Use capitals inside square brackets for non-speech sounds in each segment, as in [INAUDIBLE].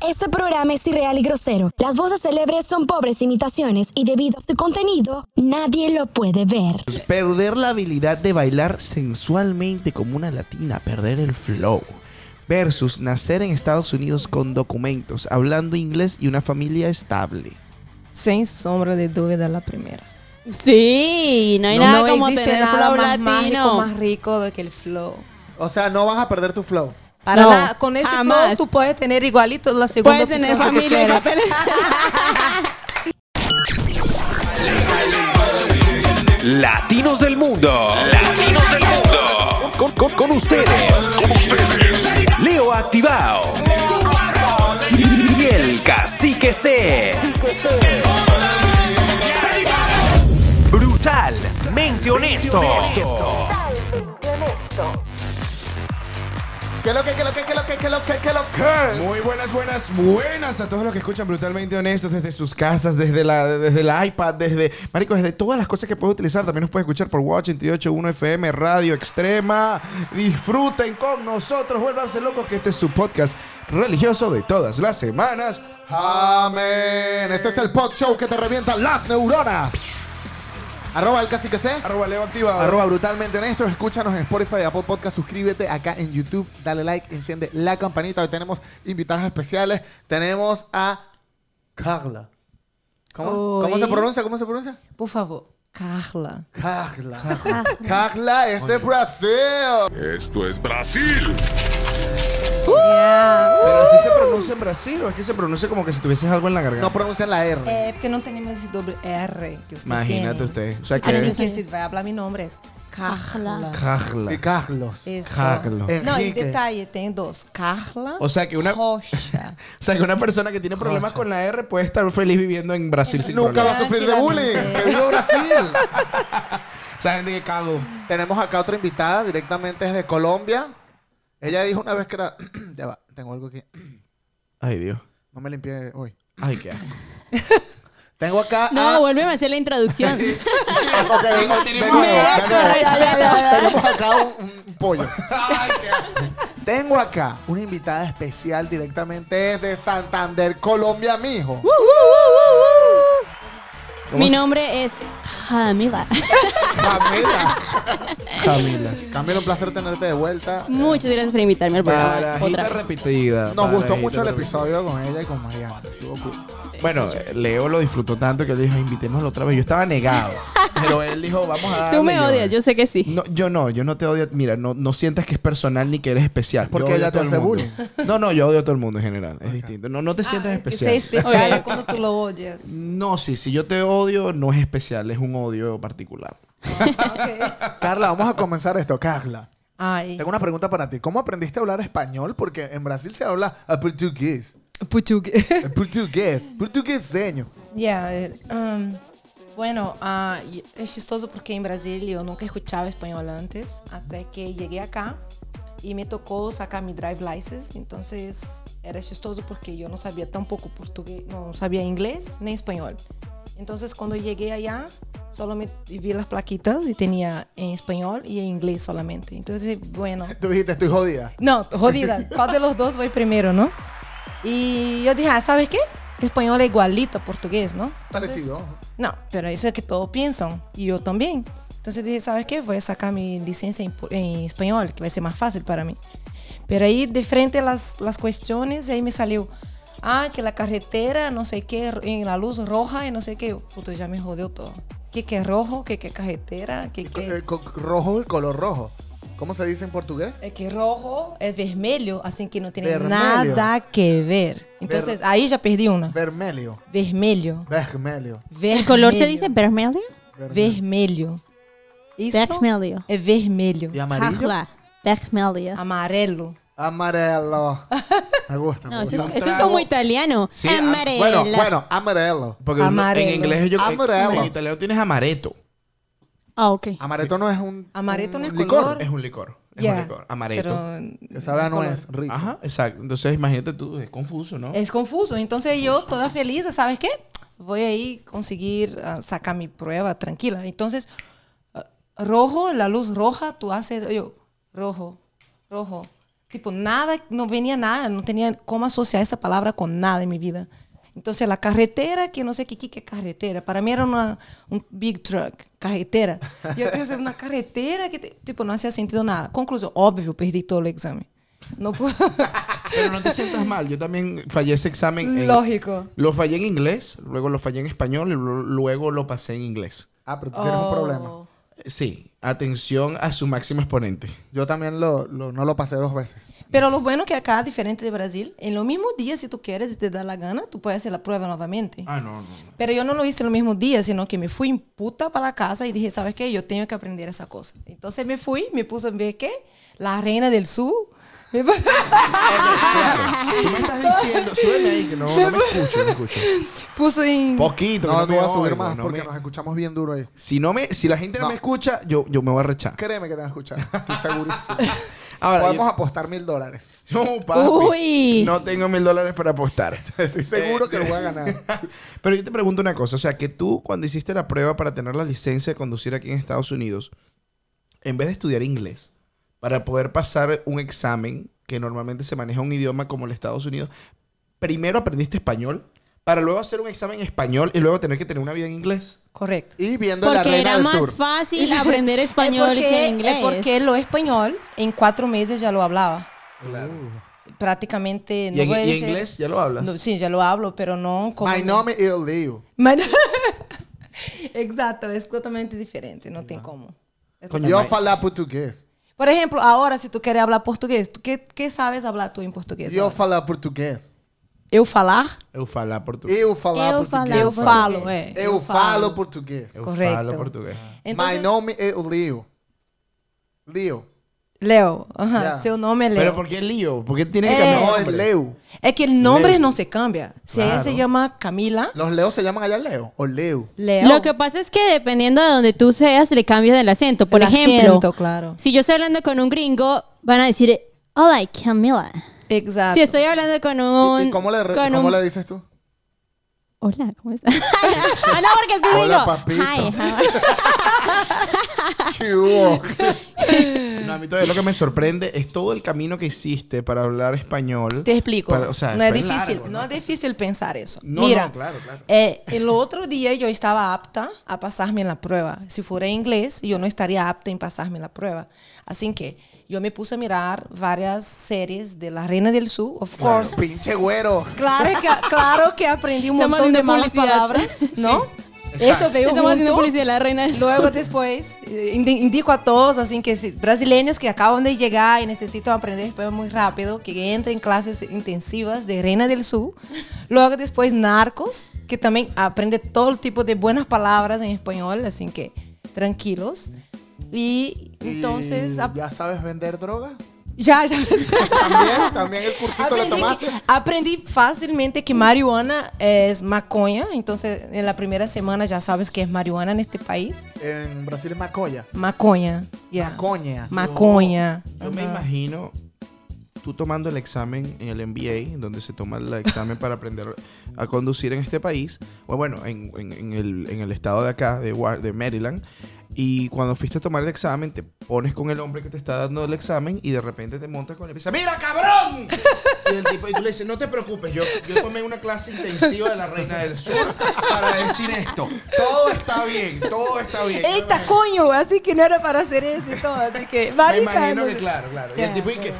Este programa es irreal y grosero. Las voces célebres son pobres imitaciones y debido a su contenido, nadie lo puede ver. Pues Perder la habilidad de bailar sensualmente como una latina, perder el flow. Versus nacer en Estados Unidos con documentos, hablando inglés y una familia estable. Sem sombra de dúvida, la primera. Sí, no hay no nada como existe tener nada flow más mágico, latino. más rico de que el flow. O sea, no vas a perder tu flow. Para No, nada, con este jamás. flow tú puedes tener igualito la segunda Puedes tener opción si tú familia y quieres. papeles. Latinos del Mundo. Latinos del Mundo. Con, con- con ustedes. Leo Activado. Y el Cacique C. Brutalmente honesto. ¿Qué lo que, qué lo que, qué lo que, qué lo que, qué lo que? Muy buenas, buenas, buenas a todos los que escuchan Brutalmente Honestos desde sus casas, desde la desde el iPad, desde Marico, desde todas las cosas que puedes utilizar. También nos puedes escuchar por Watch 881 FM, Radio Extrema. Disfruten con nosotros, vuélvanse locos que este es su podcast religioso de todas las semanas. Amén. Este es el pod show que te revienta las neuronas. Arroba el casi que sé. Arroba Leo Activado. Arroba brutalmente honesto. Escúchanos en Spotify, Apple Podcast. Suscríbete acá en YouTube. Dale like, enciende la campanita. Hoy tenemos invitados especiales. Tenemos a Carla. ¿Cómo, Hoy. ¿Cómo se pronuncia? ¿Cómo se pronuncia? Por favor, Carla. Carla. Carla es de Brasil. Esto es Brasil. Pero así se pronuncia en Brasil o es que se pronuncia como que si tuvieses algo en la garganta. No pronuncian la R. Eh, porque no tenemos ese doble R que ustedes Imagínate tienen. usted. O sea que Así es que si va a hablar mi nombre es Carla. Y Carla. Carlos. Eso. Carla. No, y Enrique. detalle, tienen dos. Carla O sea que una- [LAUGHS] Rocha. O sea que una persona que tiene problemas con la R puede estar feliz viviendo en Brasil sin Nunca va problemas. a sufrir de bullying. ¡Que viva Brasil! O sea, gente que cago. Tenemos acá otra invitada directamente desde Colombia. Ella dijo una vez que era. [CLEARS THROAT] ya va, tengo algo aquí. Ay, Dios. No me limpié hoy. Ay, qué asco. Tengo acá. a- [LAUGHS] No, vuélveme a hacer la introducción. [LAUGHS] Ok, de nuevo, de asco, nuevo. ya, ya, ya, Tenemos acá un, un- un pollo. Tengo acá una invitada especial directamente desde Santander, Colombia, mijo. Uh, Mi nombre es Jamila. Camila. Camila. Camila, un placer tenerte de vuelta. Muchas gracias por invitarme al programa. Parajita Otra vez. repetida. Nos gustó parajita mucho el repetida. episodio con ella y con Mariana. Estuvo cool. Bueno, Leo lo disfrutó tanto que él dijo, invitémoslo otra vez. Yo estaba negado. pero él dijo, vamos a darle. Tú me Y yo, odias, yo sé que sí. [LAUGHS] No, yo no, yo no te odio. Mira, no, no sientas que es personal ni que eres especial. Porque Yo odio ella a todo te el hace mundo. [LAUGHS] No, no, yo odio a todo el mundo en general. Es distinto. No, no te sientas Ah, Que especial. sea especial Oye. cuando tú lo oyes. No, sí, si yo te odio, no es especial, es un odio particular. Ok. Carla, vamos a comenzar esto. Carla, Ay. tengo una pregunta para ti. ¿Cómo aprendiste a hablar español? Porque en Brasil se habla a portugués. Portugués. a Portugués. Portugueseño. Yeah, eh, um, bueno, ah, y- es chistoso porque en Brasil yo nunca escuchaba español antes, hasta que llegué acá y me tocó sacar mi drive license, entonces era chistoso porque yo no sabía tampoco portugués, no sabía inglés ni español. Entonces cuando llegué allá, solo me vi las plaquitas y tenía en español y en inglés solamente. Entonces, bueno, Tú dijiste, estoy jodida. no, jodida. ¿Cuál de los dos voy primero, no? Y yo dije, ah, ¿sabes qué? Español es igualito a portugués, ¿no? Parecido. No, pero eso es que todos piensan, y yo también. Entonces dije, ¿sabes qué? Voy a sacar mi licencia en, po- en español, que va a ser más fácil para mí. Pero ahí de frente a las, las cuestiones, y ahí me salió, ah, que la carretera, no sé qué, en la luz roja, y no sé qué. Yo, Puto, ya me jodió todo. ¿Qué que es rojo? ¿Qué que es carretera? ¿Qué que Eh, co- rojo, el color rojo. ¿Cómo se dice en portugués? É que rojo é vermelho, assim que não tem Vermelho. nada que ver. Então, aí já perdi uma. Vermelho. Vermelho. Vermelho. ¿El color se dice vermelho? Vermelho. Isso Vermelho. é vermelho. ¿Y amarillo? Carla. Vermelho. Amarelo. Ah, Amarelo. Me gusta. me No, eso gusta. es, eso es como italiano. Sí, am- Amarela. ah, Bueno, bueno, amarelo. Porque uno- Amarelo. en inglés yo Amarelo. en italiano tienes amareto. Ah, ok. Amareto no es un. Amareto no es un color. Es un licor. Es un Yeah, licor. Amareto. Que sabe a nuez. Rico. Ajá, exacto. Entonces imagínate tú, es confuso, ¿no? É confuso. Então, eu toda feliz, ¿sabes qué? Vou aí conseguir ah, sacar minha prova tranquila. Então, ah, rojo, la luz roja, tu haces. Eu, rojo, rojo. Tipo, nada, no venía nada, no tenía cómo asociar esa palabra con nada en mi vida. Entonces, la carretera, que no sé qué, qué, qué carretera, para mí era una, un big truck, carretera. Yo pensé, una carretera que, te- tipo, no hacía sentido nada. Conclusión, obvio, perdí todo el examen. No pude. Pero no te sientas mal, yo también fallé ese examen. en- Lógico. Lo fallé en inglés, luego lo fallé en español y lu- luego lo pasé en inglés. Ah, pero tú tienes Oh. un problema. Eh, Sí, atención a su máximo exponente. Yo también lo, lo- no lo pasé dos veces. Pero lo bueno que acá, diferente de Brasil, en lo mismo día, si tú quieres y te da la gana, tú puedes hacer la prueba nuevamente. Ah, no, no. Pero yo no lo hice el mismo día, sino que me fui en puta para la casa y dije, ¿sabes qué? Yo tengo que aprender esa cosa. Entonces me fui, me puse en ver qué? La reina del sur. Me pu- [LAUGHS] Tú me estás diciendo, súbeme ahí que no, no me escucho, no me escucho. Puso en... Poquito, que No, no, me voy a subir oigo, más no porque me- nos escuchamos bien duro ahí. Si no me, si la gente no, No. me escucha, yo, yo me voy a rechar. Créeme que te van a [LAUGHS] escuchar. Estoy segurísimo. Ahora, Podemos yo- [LAUGHS] apostar mil dólares. no, papi, Uy. no tengo mil dólares para apostar. [LAUGHS] Estoy seguro que lo voy a ganar. Pero yo te pregunto una cosa, o sea, que tú cuando hiciste la prueba para tener la licencia de conducir aquí en Estados Unidos, en vez de estudiar inglés, para poder pasar un examen que normalmente se maneja un idioma como el Estados Unidos, primero aprendiste español para luego hacer un examen en español y luego tener que tener una vida en inglés. Correcto. Y viendo la Porque reina era del más sur. fácil [LAUGHS] aprender É español porque- que é inglés. porque lo español en cuatro meses ya lo hablaba. Claro. Prácticamente... ¿Y, No en, voy a y en decir- inglés ya lo hablas? No, sí, ya lo hablo, pero no como... My name is Leo. Mas- [LAUGHS] Exato, é completamente diferente, não tem como. É totalmente- Yo falar português. Por exemplo, agora se tu quer falar português, tu que que sabes falar tu em português? Yo agora? falar portugués. eu falar? Eu falar português. Eu falar Eu falar português. Eu falo, é. Eu falo português. Eu Correcto. falo português. Então, My name is Leo. Leo. Leo, aham, Yeah. seu nome é Pero Leo. ¿por qué lío? ¿Por qué tienes que Eh. cambiar No, el es nombre? Leo. É que o nome Leo. não se cambia. Se ela Claro. se chama Camila, Los Leos se llaman allá Leo. O Leo. Leo. Lo que pasa es que dependiendo de donde tú seas, le cambias el acento. Por El ejemplo, acento, claro. si yo estoy hablando con un gringo, van a decir, hola, Camila. Exato. Si estoy hablando con un... ¿Y, y cómo, le, re- con cómo un- [LAUGHS] le dices tú? Hola, ¿cómo estás? hola, Ah, porque es gringo. Hola, papito. Hi, how are you? ¿Qué hubo? No, a mí todavía lo que me sorprende es todo el camino que hiciste para hablar español. Te explico. Para- o sea, no es fue difícil, largo, ¿no? es difícil pensar eso. No, Mira, no, claro, claro. eh, el otro día yo estaba apta a pasarme la prueba. Si fuera inglés, yo no estaría apta en pasarme la prueba. Así que yo me puse a mirar varias series de La Reina del Sur, of course. Pinche güero. Claro que, claro que aprendí un Estamos montón de haciendo malas publicidad. palabras, ¿no? Eso veo Estamos haciendo junto. publicidad de la reina [LAUGHS] del Luego después, eh, indi- indico a todos, así que si- brasileños que acaban de llegar y necesitan aprender español muy rápido, que entren en clases intensivas de Reina del Sur. Luego después narcos, que también aprende todo tipo de buenas palabras en español, así que tranquilos. Y entonces... ¿Y ap- ¿Ya sabes vender droga? [LAUGHS] Ya, ya. También, también el cursito lo Aprendí, tomaste. que- aprendí fácilmente que marihuana es maconha, entonces en la primera semana ya sabes que es marihuana en este país. En Brasil es Macoya. Maconha. ya. Maconha. Maconha. Yo me Ajá. imagino tú tomando el examen en el MBA, donde se toma el examen para aprender a conducir en este país, o bueno, en, en- en el, en el estado de acá, de, Wa- de Maryland, y cuando fuiste a tomar el examen, te pones con el hombre que te está dando el examen y de repente te montas con él y dices, ¡Mira, cabrón! Y, el tipo, y tú le dices, no te preocupes, yo, yo tomé una clase intensiva de la Reina del Sur para decir esto. Todo está bien, todo está bien. Eita, coño, así que no era para hacer eso y todo, así que, Me marica, imagino no- que claro, claro. Y el Ya, tipo y que bueno.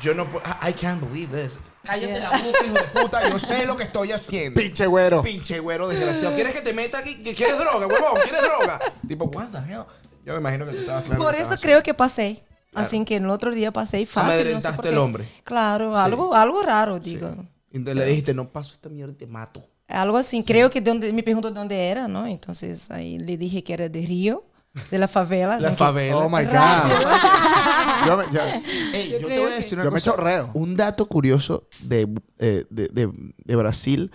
yo no puedo, I I can't believe this. Cállate la boca, hijo de puta, yo sé lo que estoy haciendo. Pinche güero. Pinche güero desgraciado. ¿Quieres que te meta aquí? ¿Qui- ¿Quieres droga, huevón? ¿Quieres droga? Tipo, what the hell? Yo me imagino que tú estabas claro. Por que eso estabas creo que pasé. Así que el otro día pasé y fácil, no sé Amedrentaste por el qué. hombre. Claro, algo, algo raro, digo. así. Y le dijiste, no paso esta mierda y te mato. Algo así, creo que de donde, me preguntó de dónde era, ¿no? Entonces ahí le dije que era de Río, de la favela. así que- Oh my God. Rápido. Yo me, yo- Ey, Yo yo, te creo voy a que- decir una yo me cosa. chorreo. Un dato curioso de, eh, de- de- de Brasil.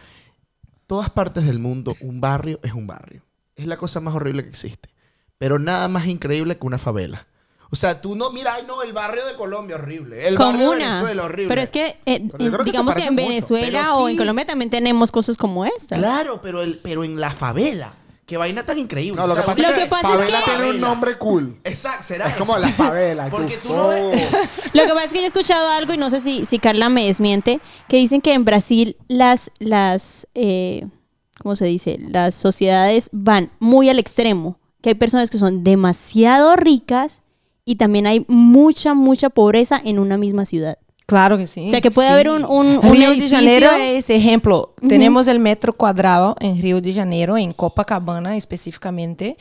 Todas partes del mundo, un barrio es un barrio. Es la cosa más horrible que existe. Pero nada más increíble que una favela. O sea, tú no, mira, ay no, el barrio de Colombia horrible. El barrio de comuna. Venezuela horrible. Pero es que, eh, creo que se digamos que, parecen en mucho. Venezuela Pero o en sí. Colombia también tenemos cosas como estas. Claro, pero, el, pero en la favela. Qué vaina tan increíble. No, lo que O sea, pasa Lo es que, que pasa es favela que- tiene un nombre cool. Exacto, será. Es eso. como la [LAUGHS] favela. Porque tú Oh. no ves- Lo que pasa es que yo he escuchado algo, y no sé si, si Carla me desmiente, que dicen que en Brasil las, las eh, ¿cómo se dice? Las sociedades van muy al extremo. Que hay personas que son demasiado ricas y también hay mucha, mucha pobreza en una misma ciudad. Claro que sí. O sea, que puede Sí. haber un, un, un Río de edificio- Janeiro es ejemplo. Tenemos el metro cuadrado en Río de Janeiro, en Copacabana específicamente,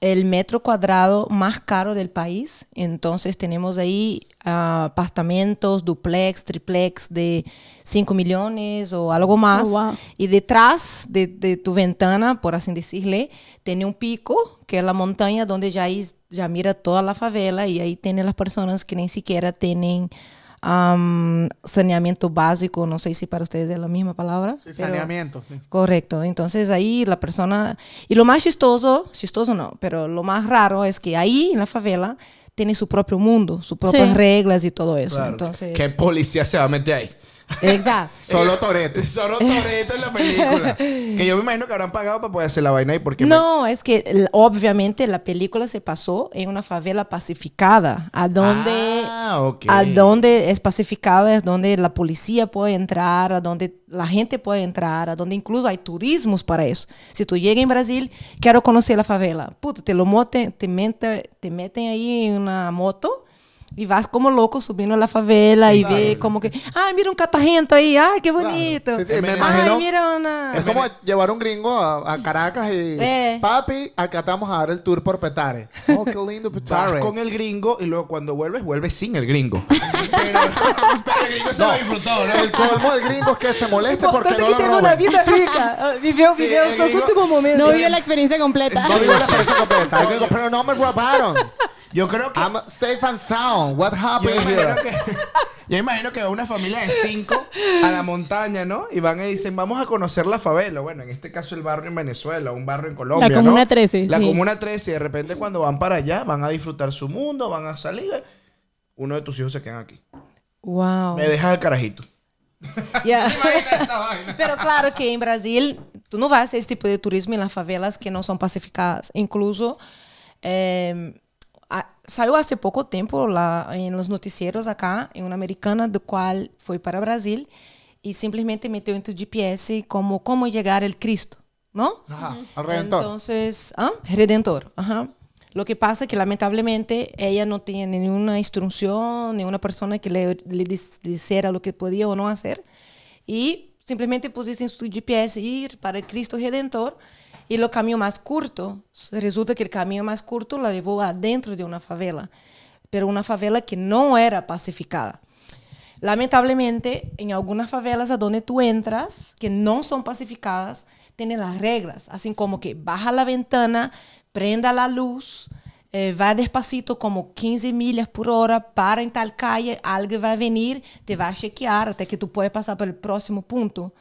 el metro cuadrado más caro del país. Entonces tenemos ahí ah, apartamentos, duplex, triplex de 5 millones o algo más. Oh, wow. Y detrás de, de tu ventana, por así decirle, tiene un pico, que es la montaña donde ya, is- ya mira toda la favela y ahí tienen las personas que ni siquiera tienen am, saneamiento básico, no sé si para ustedes es la misma palabra. Sí, pero- Saneamiento. sí. Correcto, entonces ahí la persona, y lo más chistoso, chistoso no, pero lo más raro es que ahí en la favela tiene su propio mundo, sus propias Sí. reglas y todo eso. Entonces, ¿Qué policía se va a meter ahí? exacto. [LAUGHS] Solo Toreto. Solo Toreto en la película. que yo me imagino que habrán pagado para poder hacer la vaina ahí porque... No, es que l- obviamente la película se pasó en una favela pacificada, a donde, Ah, ok. a donde es pacificada, es donde la policía puede entrar, a donde la gente puede entrar, a donde incluso hay turismos para eso. Si tú llegas en Brasil, quiero conocer la favela, puto, te lo moten, te, mete- te meten ahí en una moto. Y vas como loco subiendo a la favela y ve como que, ay, mira un catagento ahí, ay, qué bonito. Sí, sí, me ay, imagino- mira una... Es como llevar un gringo a, a Caracas y... Ah. Eh. Papi, acá te vamos a dar el tour por Petare. Oh, qué lindo Vas Petare. con el gringo y luego cuando vuelves, vuelves sin el gringo. pero, pero el gringo se lo disfrutó, ¿no? El colmo del gringo es que se moleste porque importante no que lo tenga una roban. vida rica. Viveu, viveu eh, seus digo- últimos momentos. No vive la experiencia completa. No digo la experiencia completa. El gringo, pero no me robaron. Yo creo que... I'm safe and sound. What Yo happened imagino, here? que, yo imagino que va una familia de cinco a la montaña, ¿no? Y van y dicen, vamos a conocer la favela. Bueno, en este caso el barrio en Venezuela, un barrio en Colombia. La Comuna ¿no? 13, La sí. Comuna 13. Y de repente cuando van para allá, van a disfrutar su mundo, van a salir. Uno de tus hijos se quedan aquí. Wow. Oh. Me dejas al carajito. Yeah. [LAUGHS] Pero claro que en Brasil tú no vas a hacer esse tipo de turismo en las favelas que no son pacificadas. Incluso eh, a- saiu hace poco tiempo la, en los noticieros acá, en una americana, do cual fue para Brasil y simplemente metió en tu GPS como cómo llegar al Cristo, ¿no? Ajá, al redentor. Entonces, ¿ah? Redentor. Ajá. Lo que pasa es que lamentablemente ella no tenía ninguna instrucción, ninguna persona que le, le dis- dijera lo que podía o no hacer. Y simplemente pues, pusiste en su GPS ir para el Cristo Redentor y lo camino más corto. Resulta que el camino más corto la llevó adentro de una favela, pero una favela que no era pacificada. Lamentablemente, en algunas favelas a donde tú entras, que no son pacificadas, tienen las reglas, así como que baja la ventana, prenda la luz, eh, va despacito como 15 millas por hora, para en tal calle, alguien va a venir, te va a chequear hasta que tú puedes pasar por el próximo punto.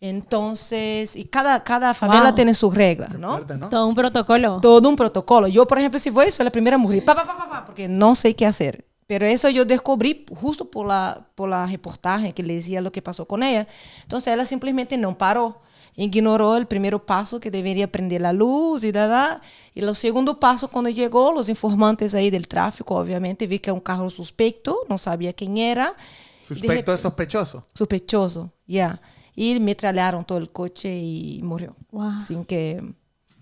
Entonces, y cada, cada favela Wow. tiene sus reglas, ¿no? Todo un protocolo. todo un protocolo. Yo, por ejemplo, si voy, soy la primera a morir, pa, pa, pa, pa, pa, porque no sé qué hacer. Pero eso yo descubrí justo por la, por la reportaje que le decía lo que pasó con ella. Entonces ella simplemente no paró. Ignoró el primer paso que debería prender la luz y da, da. Y el segundo paso, cuando llegó, los informantes ahí del tráfico, obviamente, vi que era un carro suspecto, no sabía quién era. Y de Suspecto de sospechoso. sospechoso, ya. Y metralharon todo el coche y murió. Sin que...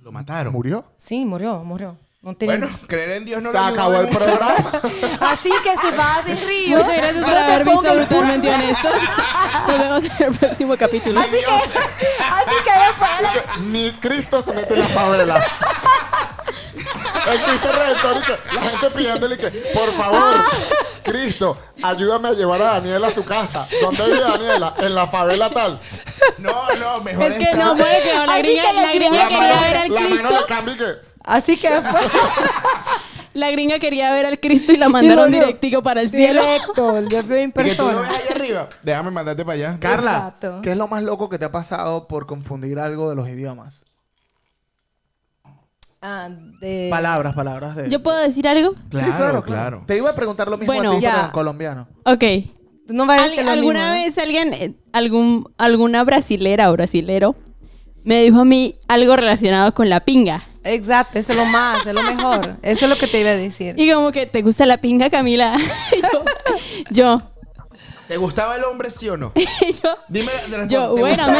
Lo mataron. ¿Murió? Sí, murió, murió. No tenía- Bueno, creer en Dios no Se lo ayudó acabó de el mucho. programa. Así que si vas en Río. Muchas gracias por no te haber visto pongas brutalmente honesto. Nos vemos en el próximo capítulo. Así que, así que ella fue a la- Ni Cristo se mete en la favela. El Cristo redentor y que la gente pidiéndole que, por favor, Cristo, ayúdame a llevar a Daniela a su casa. ¿Dónde vive Daniela? En la favela tal. No, no, mejor Es que está- no puede quedar la Así gringa. que la La gringa gringa- quería ver al la mano Cristo. le cambia y que. Así que fue La gringa quería ver al Cristo [LAUGHS] y la mandaron volvió. directico para [LAUGHS] el cielo. directo, el vio en Y que tú lo ves persona. ahí arriba. Déjame mandarte para allá. Carla, Exacto. ¿qué es lo más loco que te ha pasado por confundir algo de los idiomas? Ah, de- Palabras, palabras de. ¿Yo puedo decir algo? Sí, claro, claro. Te iba a preguntar lo mismo Bueno, a ti, pero ya. en colombiano. Ok. No va a Al- decir lo ¿Alguna mismo, ¿no? eh, vez alguien, eh, algún, alguna brasilera o brasilero me dijo a mí algo relacionado con la pinga. Exacto, eso es lo más, es lo mejor. Eso es lo que te iba a decir. Y como que, ¿te gusta la pinga, Camila? [LAUGHS] Y yo, yo, [LAUGHS] ¿Te gustaba el hombre, sí o no? y yo, [LAUGHS] Dime de las yo, ¿te bueno, gustaba-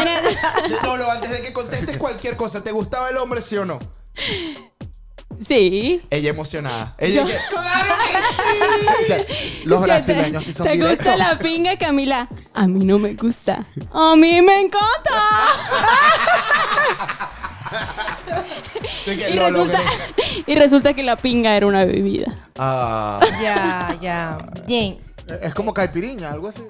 mira, [LAUGHS] No, no, antes de que contestes cualquier cosa, ¿te gustaba el hombre, sí o no? sí. Ella emocionada. Ella Yo- [LAUGHS] que- Los Es que te- brasileños sí son ¿Te directos. gusta la pinga, Camila? A mí no me gusta. A mí me encanta. de que Y lo logré. resulta, [LAUGHS] y resulta que la pinga era una bebida. Ah, Ya, ya. Bien. es como caipirinha, algo así.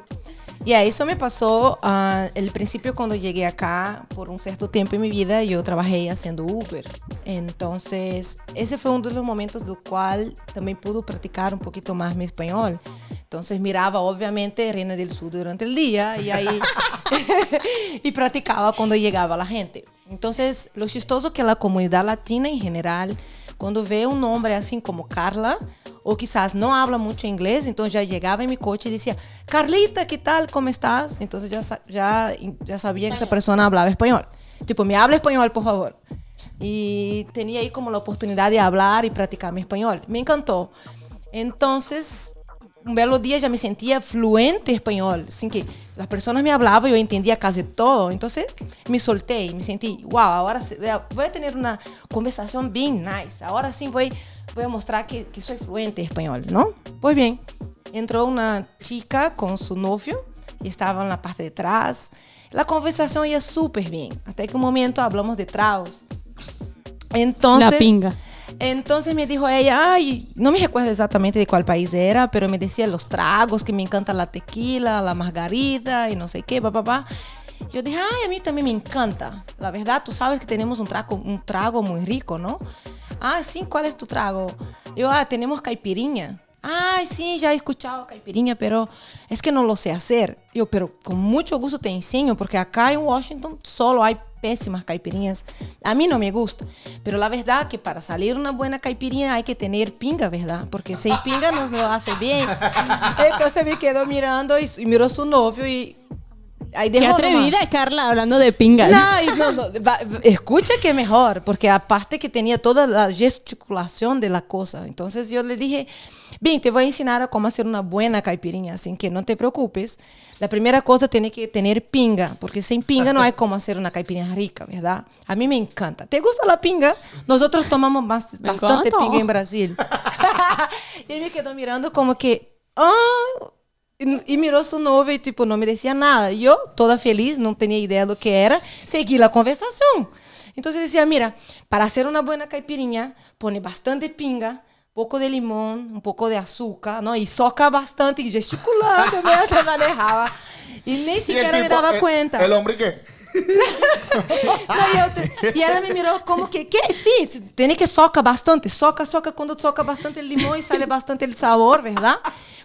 Y eso me pasó ah, el principio cuando llegué acá, por un cierto tiempo en mi vida, yo trabajé haciendo Uber. Entonces, ese fue uno de los momentos del cual también pude practicar un poquito más mi español. Entonces, miraba obviamente Reina del Sur durante el día y ahí [LAUGHS] y practicaba cuando llegaba la gente. Entonces, lo chistoso que la comunidad latina en general, cuando ve un hombre así como Carla, o quizás no habla mucho inglés, entonces ya llegaba en mi coche y decía, Carlita, ¿qué tal? ¿Cómo estás? Entonces ya, sa- ya, ya sabía que esa persona hablaba español. Tipo, me habla español, por favor. Y tenía ahí como la oportunidad de hablar y practicar mi español. Me encantó. Entonces, un belo día ya me sentía fluente español, sin que las personas me hablaban, yo entendía casi todo. Entonces me solté y me sentí, wow, ahora sí, voy a- voy a tener una conversación bien nice. Ahora sí voy, voy a mostrar que, que soy fluente español, ¿no? Pues bien, entró una chica con su novio y estaba en la parte de atrás. La conversación iba súper bien, hasta que un momento hablamos de tragos. Entonces, La pinga. entonces me dijo ella, ay, no me recuerdo exactamente de cuál país era, pero me decía los tragos, que me encanta la tequila, la margarita y no sé qué, papá, papá. Yo dije, ay, a mí también me encanta. La verdad, tú sabes que tenemos un trago, un trago muy rico, ¿no? Ah, sí, ¿cuál es tu trago? Yo, ah, tenemos caipirinha. Ay, sí, ya he escuchado caipirinha, pero es que no lo sé hacer. Yo, pero con mucho gusto te enseño, porque acá en Washington solo hay pésimas caipirinhas. A mí no me gusta. Pero la verdad que para salir una buena caipirinha hay que tener pinga, ¿verdad? Porque sin pinga no lo hace [LAUGHS] bien. Entonces me quedó mirando y, y miró su novio y ahí Qué dejó nomás. atrevida, Carla, hablando de pingas. [LAUGHS] No, y no, no, va- va- escucha que mejor, porque aparte que tenía toda la gesticulación de la cosa. Entonces yo le dije, bien, te voy a enseñar a cómo hacer una buena caipirinha, así que no te preocupes. La primera cosa tiene que tener pinga, porque sin pinga no hay cómo hacer una caipirinha rica, ¿verdad? A mí me encanta. ¿Te gusta la pinga? Nosotros tomamos más- Me bastante encanta. pinga en Brasil. [LAUGHS] y él me quedó mirando como que, ah, y, y miró su novio y tipo, no me decía nada. E eu, toda feliz, não tinha ideia do que era, segui a conversação. Então ele dizia, mira, para hacer uma boa caipirinha, põe bastante pinga, pouco de limão, um pouco de açúcar, não? e soca bastante, gesticulando, [LAUGHS] né? Eu manejava. E nem Y el sequer me tipo, dava el- conta. El hombre que. Daí eu te- E ela me mirou como que, que sim, tem que soca bastante, soca, soca, quando soca bastante limão e sai bastante el sabor, verdade?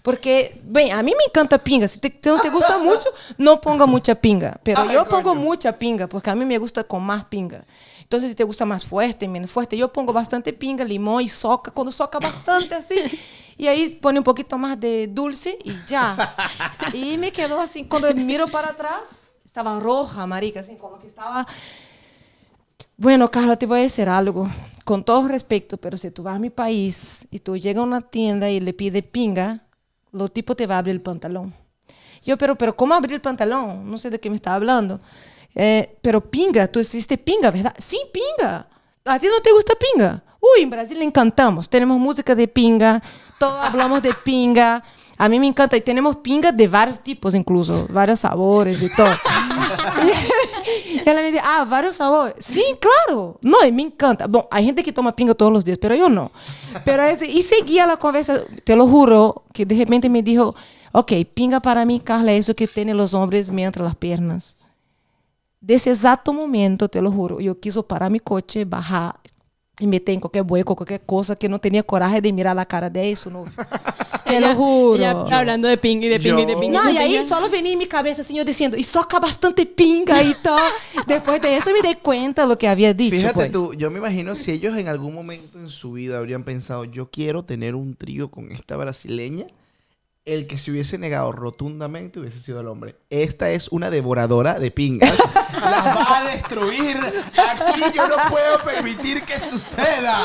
Porque, bem, a mim me encanta pinga, se te, te não te gusta muito, não ponga muita pinga, pero eu pongo muita pinga, porque a mim me gusta com mais pinga. Então, se te gusta mais forte, menos forte, eu pongo bastante pinga, limão e soca, quando soca bastante assim. E aí põe um pouquinho mais de dulce e já. E me quedou assim, quando eu miro para trás, estava roja, marica, assim, como que estava Bueno, Carla, te voy a decir algo. Con todo respeto, pero si tú vas a mi país y tú llegas a una tienda y le pides pinga, lo tipo te va a abrir el pantalón. Yo, pero, pero ¿cómo abrir el pantalón? No sé de qué me está hablando. Eh, pero pinga, tú hiciste pinga, ¿verdad? Sí, pinga. ¿A ti no te gusta pinga? Uy, en Brasil le encantamos. Tenemos música de pinga, todos hablamos de pinga. A mí me encanta y tenemos pingas de varios tipos incluso, varios sabores y todo. Y [LAUGHS] ela me dice, ah, vários sabores. Sim, claro. Não, e me encanta. Bom, a gente que toma pinga todos os dias, pero eu não. Pero esse, e seguia a conversa, te lo juro, que de repente me dijo, ok, pinga para mim, Carla, é isso que tem os homens me entre as pernas. Desse exato momento, te lo juro, eu quis parar meu coche, barrar e meter em qualquer bueco, qualquer coisa, que não tinha coragem de mirar a cara de isso, não. te lo Ella- juro. ella hablando de pinga y de pinga y de Yo- pinga. Não, de e aí pinga. só venia em minha cabeça assim, eu dizendo, e soca bastante pinga e tal. [LAUGHS] Depois disso eu me dei conta do que havia dito. Fíjate pues. tú, yo me imagino si ellos en algún momento en su vida habrían pensado, yo quiero tener un trío con esta brasileña, el [LAUGHS] que se hubiese negado rotundamente hubiese sido el hombre. Esta es una devoradora de pingas. las va a destruir. Aquí yo no puedo permitir que suceda.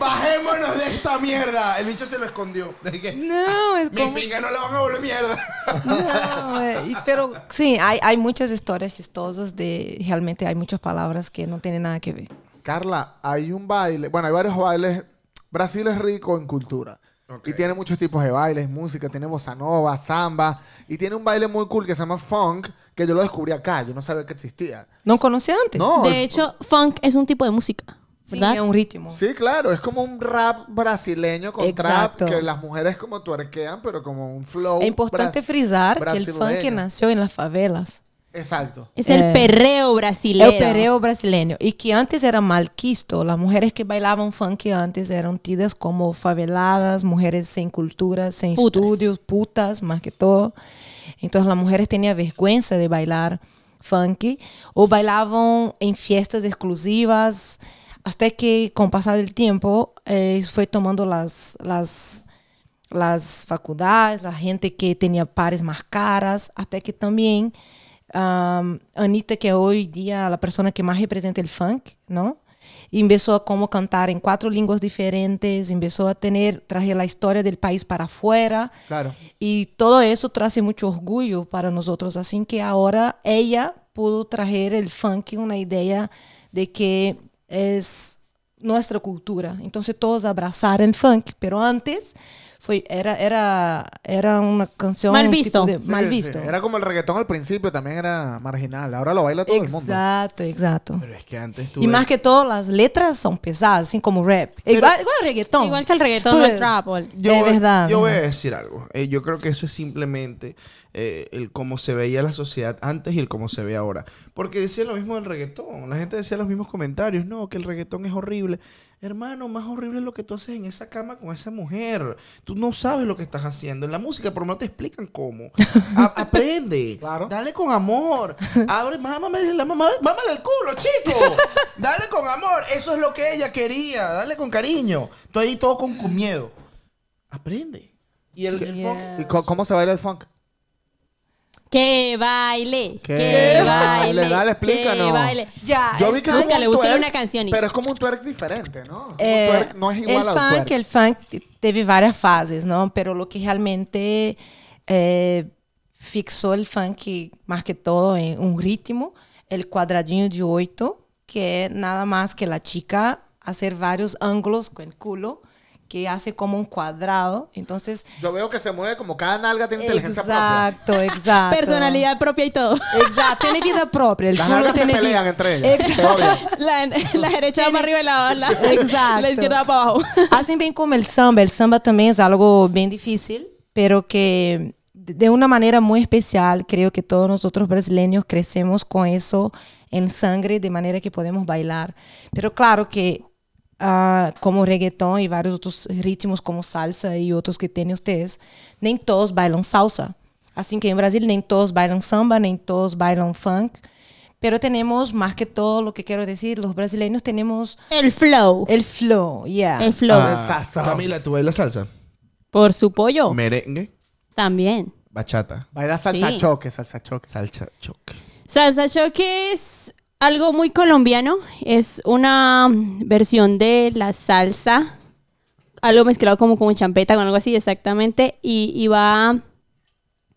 Bajémonos de esta mierda. El bicho se lo escondió. Dije, No, es Mis é como... pingas no la van a volver mierda. [LAUGHS] No, eh, y- pero sí, hay, hay muchas historias chistosas de... Realmente hay muchas palabras que no tienen nada que ver. Carla, hay un baile. Bueno, hay varios bailes. Brasil es rico en cultura. Y tiene muchos tipos de bailes, música, tiene bossa nova, samba. Y tiene un baile muy cool que se llama funk, que yo lo descubrí acá, yo no sabía que existía. ¿No conocía antes? No, De el- hecho, funk es un tipo de música, Sí, ¿verdad? es un ritmo. Sí, claro, es como un rap brasileño con Exacto. trap que las mujeres como tuerquean, pero como un flow. Es importante bra- frisar que el oh, brasileño. funk nació en las favelas. Exacto. Es el Eh, perreo brasileño. El perreo brasileño. Y que antes era malquisto. Las mujeres que bailaban funk antes eran tidas como faveladas, mujeres sin cultura, sin Putas. estudios, putas más que todo. Entonces las mujeres tenían vergüenza de bailar funk o bailaban en fiestas exclusivas. Hasta que con pasar el tiempo eh, fue tomando las, las, las faculdades, la gente que tenía pares más caras, hasta que también am, Anita, que hoy día la persona que más representa el funk, ¿no? Empezó a como cantar en cuatro lenguas diferentes, empezó a tener, traje la historia del país para afuera. Claro. Y todo eso trae mucho orgullo para nosotros. Así que ahora ella pudo traer el funk una idea de que es nuestra cultura. Entonces todos abrazaron funk, pero antes fue, era, era, era una canción... Mal un visto. tipo de- mal Sí, sí. visto. Era como el reggaetón al principio, también era marginal. Ahora lo baila todo el mundo. Exacto, exacto. Pero es que antes tú. Y más que todo, las letras son pesadas, así como rap. igual, igual reggaetón. Igual que el reggaetón, Pues, no el trap. o el- de verdad. Yo voy a decir algo. Eh, yo creo que eso es simplemente eh, el cómo se veía la sociedad antes y el cómo se ve ahora. Porque decía lo mismo del reggaetón. La gente decía los mismos comentarios. No, que el reggaetón es horrible. Hermano, más horrible es lo que tú haces en esa cama con esa mujer. Tú no sabes lo que estás haciendo. En la música, por lo menos te explican cómo. [LAUGHS] A- aprende. Claro. Dale con amor. Abre, mámame, la mamá, mámale el culo, [LAUGHS] chico. Dale con amor. Eso es lo que ella quería. Dale con cariño. Tú ahí todo con, con miedo aprende. Y el, el funk- ¿Y co- cómo se baila el funk? Que baile. Que Que, baile, baile. dale, Que explícanos. baile. Ya, Yo vi que es como Búscale, un búscale twerk, una canción y- Pero es como un twerk diferente, ¿no? Eh, un twerk no es igual el al funk, twerk. el funk te- teve várias fases, ¿no? Pero lo que realmente eh, fixó el funk más que todo en un ritmo, el cuadradinho de oito, que es nada más que la chica hacer varios ángulos con el culo, que hace como un cuadrado. Entonces, Yo veo que se mueve como cada nalga tiene inteligencia propia. exacto, [LAUGHS] exacto. Personalidad propia y todo. Exacto, tiene vida propia. El Las culo nalgas se tiene pelean vida- entre ellas. Exacto. se odian. [LAUGHS] La, [LAUGHS] la derecha va para arriba y la, la, Exacto. la izquierda va para abajo. Así bien como el samba, el samba también es algo bien difícil, pero que de una manera muy especial, creo que todos nosotros brasileños crecemos con eso en sangre, de manera que podemos bailar. Pero claro que ah, como reggaetón y varios otros ritmos como salsa y otros que tienen ustedes, nem todos bailan salsa. Así que en Brasil nem todos bailan samba, nem todos bailan funk. Pero tenemos, más que todo, lo que quiero decir, los brasileños tenemos El flow. el flow, yeah. El flow. el Ah, sazón. Camila, ¿tú bailas salsa? Por su pollo. Merengue, También. bachata, Baila salsa Sí. choque, salsa choque. salsa, choque. Salsa choque es algo muy colombiano. Es una mm, versión de la salsa. Algo mezclado como con champeta, con algo así, exactamente. Y, y va.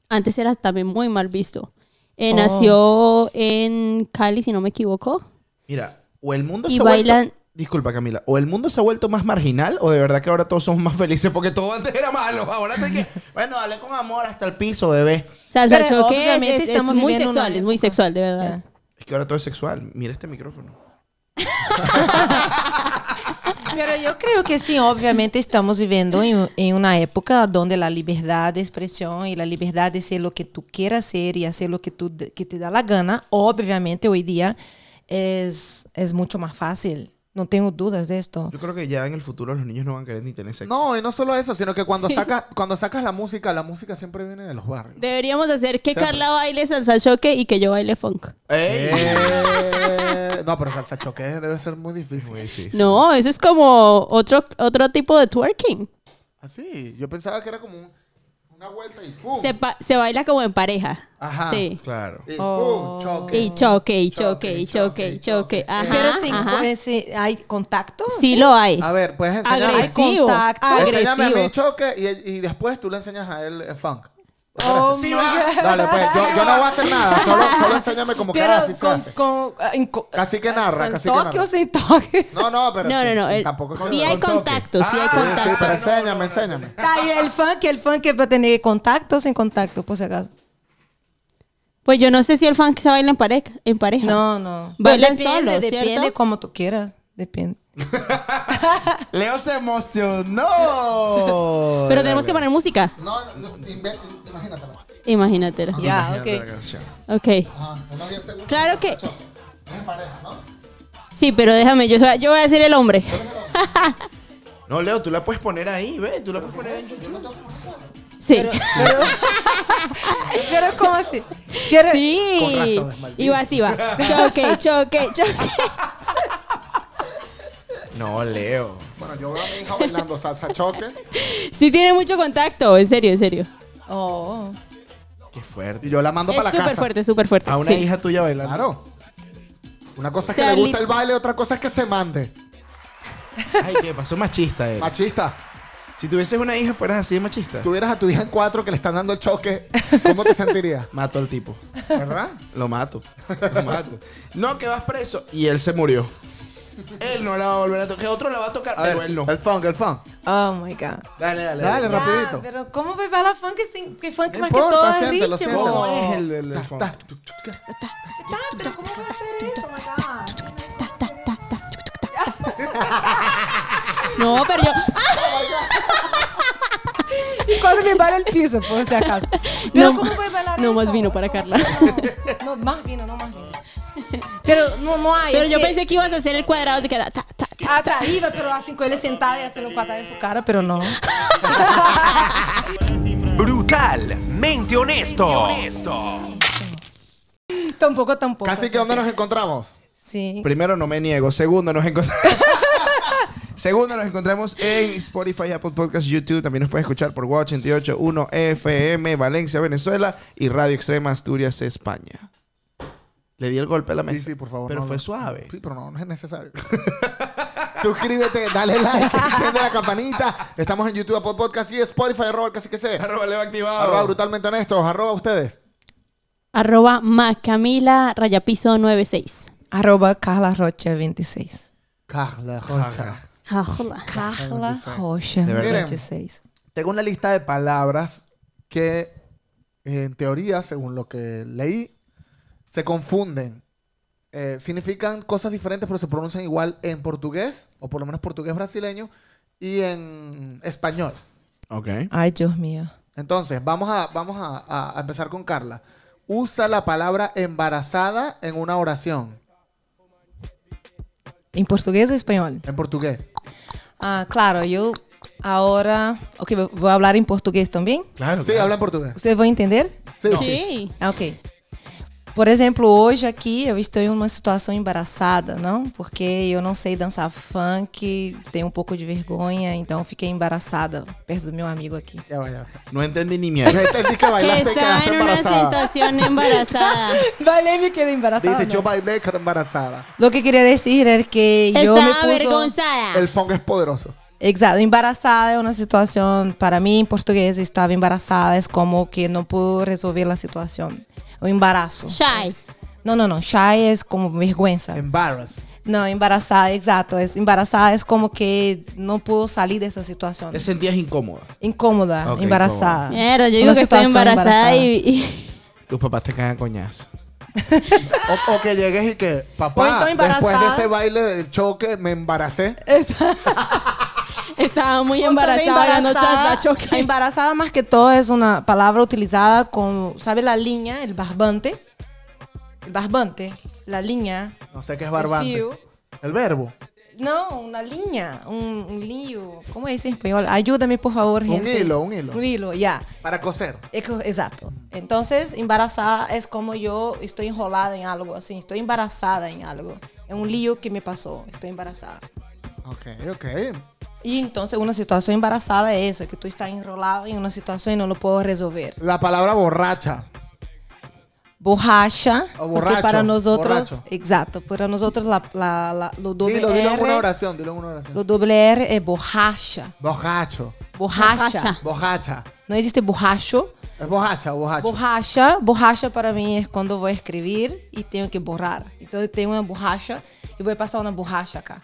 Antes era también muy mal visto. Eh, Oh. Nació en Cali, si no me equivoco. Mira, o el mundo Y se ha bailan- vuelto... Disculpa, Camila. ¿O el mundo se ha vuelto más marginal o de verdad que ahora todos somos más felices porque todo antes era malo? Ahora te [LAUGHS] que... Bueno, dale con amor hasta el piso, bebé. Salsa Pero choque es- obviamente es, es estamos muy viviendo una sexual, es muy época. sexual, de verdad. Yeah. Es que ahora todo es sexual. Mira este micrófono. Pero yo creo que sí, obviamente estamos viviendo en, en una época donde la libertad de expresión y la libertad de ser lo que tú quieras ser y hacer lo que, tú, de- que te da la gana, obviamente hoy día es, es mucho más fácil. No tengo dudas de esto. Yo creo que ya en el futuro los niños no van a querer ni tener sexo. No, y no solo eso, sino que cuando sacas, cuando sacas la música, la música siempre viene de los barrios. Deberíamos hacer que Carla baile salsa choque y que yo baile funk. Eh, [LAUGHS] no, pero salsa choque debe ser muy difícil. No, eso es como otro, otro tipo de twerking. Así, yo pensaba que era como un Una vuelta y pum. Se, pa- se baila como en pareja. Ajá. Sí. Claro. Y Oh. pum, choque. Y choque, y choque, y choque, y choque. Ajá, Pero sí, ajá. ¿hay contacto? Sí lo hay. A ver, puedes enseñar. Agresivo. contacto. Enséñame a mí Agresivo. choque y, y después tú le enseñas a él el funk. Oh, Sí, my va. God. Dale, pues yo, yo no voy a hacer nada. [LAUGHS] Solo, [LAUGHS] solo enséñame como que Pero así se con, hace. con, ah, en co- Casi que narra, ¿con casi que toque narra. o sin toque. No, no, pero. No, sí, no, no. sí, el- tampoco con- sí hay con toque. contacto, sí hay Sí, sí, pero contacto. enséñame, enséñame. Ahí el funk, el funk que va a tener contacto o sin contacto, por si acaso. Pues yo no sé si el funk se baila en pareja. En pareja. No, no. Bailan Depende, solos, ¿cierto? Depende como tú quieras. Depende. Leo se emocionó. Pero tenemos que poner música. No, no, inve- imagínatelo. Imagínate. Ya, Imagínate la ok. canción. Ok. Ajá, unos 10 segundos. Claro que- Ocho. Es en pareja, ¿no? Sí, pero déjame, yo, soy- yo voy a decir el hombre. No, Leo, tú la puedes poner ahí, ve. Tú la puedes poner en YouTube. [LAUGHS] Sí. [LAUGHS] Pero ¿cómo así? ¿Quieres? Con sí. razón, es maldito. Y va así, [LAUGHS] va. Choque, choque, choque. No, Leo. Bueno, yo veo a mi hija bailando salsa choque Sí tiene mucho contacto, en serio, en serio. Oh. Qué fuerte. y yo la mando es para la súper casa. fuerte, súper fuerte. A una sí. hija tuya bailando. Claro. Una cosa es O que sea, le gusta lit- el baile, otra cosa es que se mande. Ay, qué pasó machista él. Machista, Si tuvieses una hija, fueras así de machista. tuvieras a tu hija en cuatro que le están dando el choque, ¿cómo te sentirías? Mato al [LAUGHS] tipo. ¿Verdad? Lo mato. Lo mato. No, que vas preso. Y él se murió. Él no la va a volver a tocar. Otro la va a tocar, pero él no. El funk, el funk. Oh my God. Dale, dale. Ya, Dale, rapidito. pero ¿cómo me va la funk sin que funk No más importa, que todo es Richie? siéntelo, siéntelo. bro? ¿Cómo es el, el, el fondo? Está, pero ¿cómo va a [LAUGHS] hacer eso, my God? No, pero [LAUGHS] yo. Y cuando me va el piso, por si acaso. Pero No, ¿cómo voy a bailar no eso? más vino para Es como Carla. que No, no, más vino, no más vino. Pero no, no hay. Pero es yo que- pensé que ibas a hacer el cuadrado de que da, ta, ta, ta. Hasta iba, pero así con él sentada y haciendo patada en su cara, pero [LAUGHS] no. Brutalmente honesto. tampoco, tampoco. Casi que ¿dónde nos encontramos? Sí. Primero, no me niego. Segundo, nos encontramos. [LAUGHS] Segundo, nos encontramos en Spotify, Apple Podcasts, YouTube. También nos puedes escuchar por Watch 881 FM, Valencia, Venezuela y Radio Extrema Asturias, España. Le di el golpe a la Sí, mesa. sí, por favor. Pero no, fue no. suave. Sí, pero no, no es necesario. [LAUGHS] Suscríbete, dale like, enciende la campanita. Estamos en YouTube, Apple Podcast y Spotify, arroba el casi que sé. Arroba Leo activado. Arroba brutalmente honestos, arroba ustedes. Arroba Macamila Rayapiso 96. Arroba Carla Rocha 26. Carla Rocha. Jajola. Carla Rocha verdad. 26. Tengo una lista de palabras que, en teoría, según lo que leí, se confunden. Eh, significan cosas diferentes, pero se pronuncian igual en portugués, o por lo menos portugués brasileño, y en español. Ok. Ay, Dios mío. Entonces, vamos a, vamos a- a- a empezar con Carla. Usa la palabra embarazada en una oración, ¿En portugués o español? en portugués. Ah, claro, yo ahora. Ok, vo- voy a hablar en portugués también. Claro. Sí, habla en portugués. ¿Ustedes van a entender? Sí, sí. Sí. Ah, ok. Por exemplo, hoje aqui eu estou em uma situação embaraçada, não? Porque eu não sei dançar funk, tenho um pouco de vergonha, então fiquei embaraçada perto do meu amigo [LAUGHS] aqui. Ya va, [LAUGHS] Este ya va. No entendí ni mierda. Ya entendí que Que bailaste y está quedaste en una embarazada. [LAUGHS] situación embarazada. Valeu, me quedei embarazada. Dice, yo bailé y quedé embarazada. O que queria dizer é que eu me está pus... avergonzada. El funk es poderoso. Exato, embaraçada é uma situação, para mim em português, estava embaraçada, é como que não pude resolver a situação. O embaraço. Shy. Não, não, não, shy é como vergonha. [LAUGHS] Em. Embarrass. No, embarazada, exacto. Es, embarazada es como que no puedo salir de esa situación. Te sentías incómoda. incómoda, Ok, embarazada. Mierda, yo Una digo que estoy situación embarazada, y. y- [LAUGHS] Tus papás te cagan a coñazo. O, o que llegues y que, O papá, estoy después embarazada. de Eh, ese baile del choque, me embaracé. estaba muy Yo también embarazada, dando chance a choque. Embarazada más que todo es una palabra utilizada con, ¿sabe la línea? El barbante. El barbante, la línea. No sé qué es barbante. fio. El verbo. No, una línea, un, un lío. ¿Cómo dice en español? Ayúdame, por favor, gente. hilo, un hilo. Un hilo, ya. Para coser. Ex- Exacto. Entonces, embarazada es como yo estoy enrolada en algo, así, estoy embarazada en algo, en un lío que me pasó, estoy embarazada. Ok, ok. Y entonces una situación embarazada es eso, que tú estás enrolado en una situación y no lo puedo resolver. La palabra borracha. Borracha, O porque borracho, para nosotros, borracho. exacto, para nosotros la, la, la- lo doble Dilo, dilo en una R, oración, dilo en una oración. lo doble R es borracha, Borracho. borracha. Borracha. Borracha. No existe borracho. Es borracha, borracho. Borracha, borracha para é mí es cuando voy a escribir y tengo que borrar. Então, Entonces tengo una borracha y voy a pasar una borracha acá.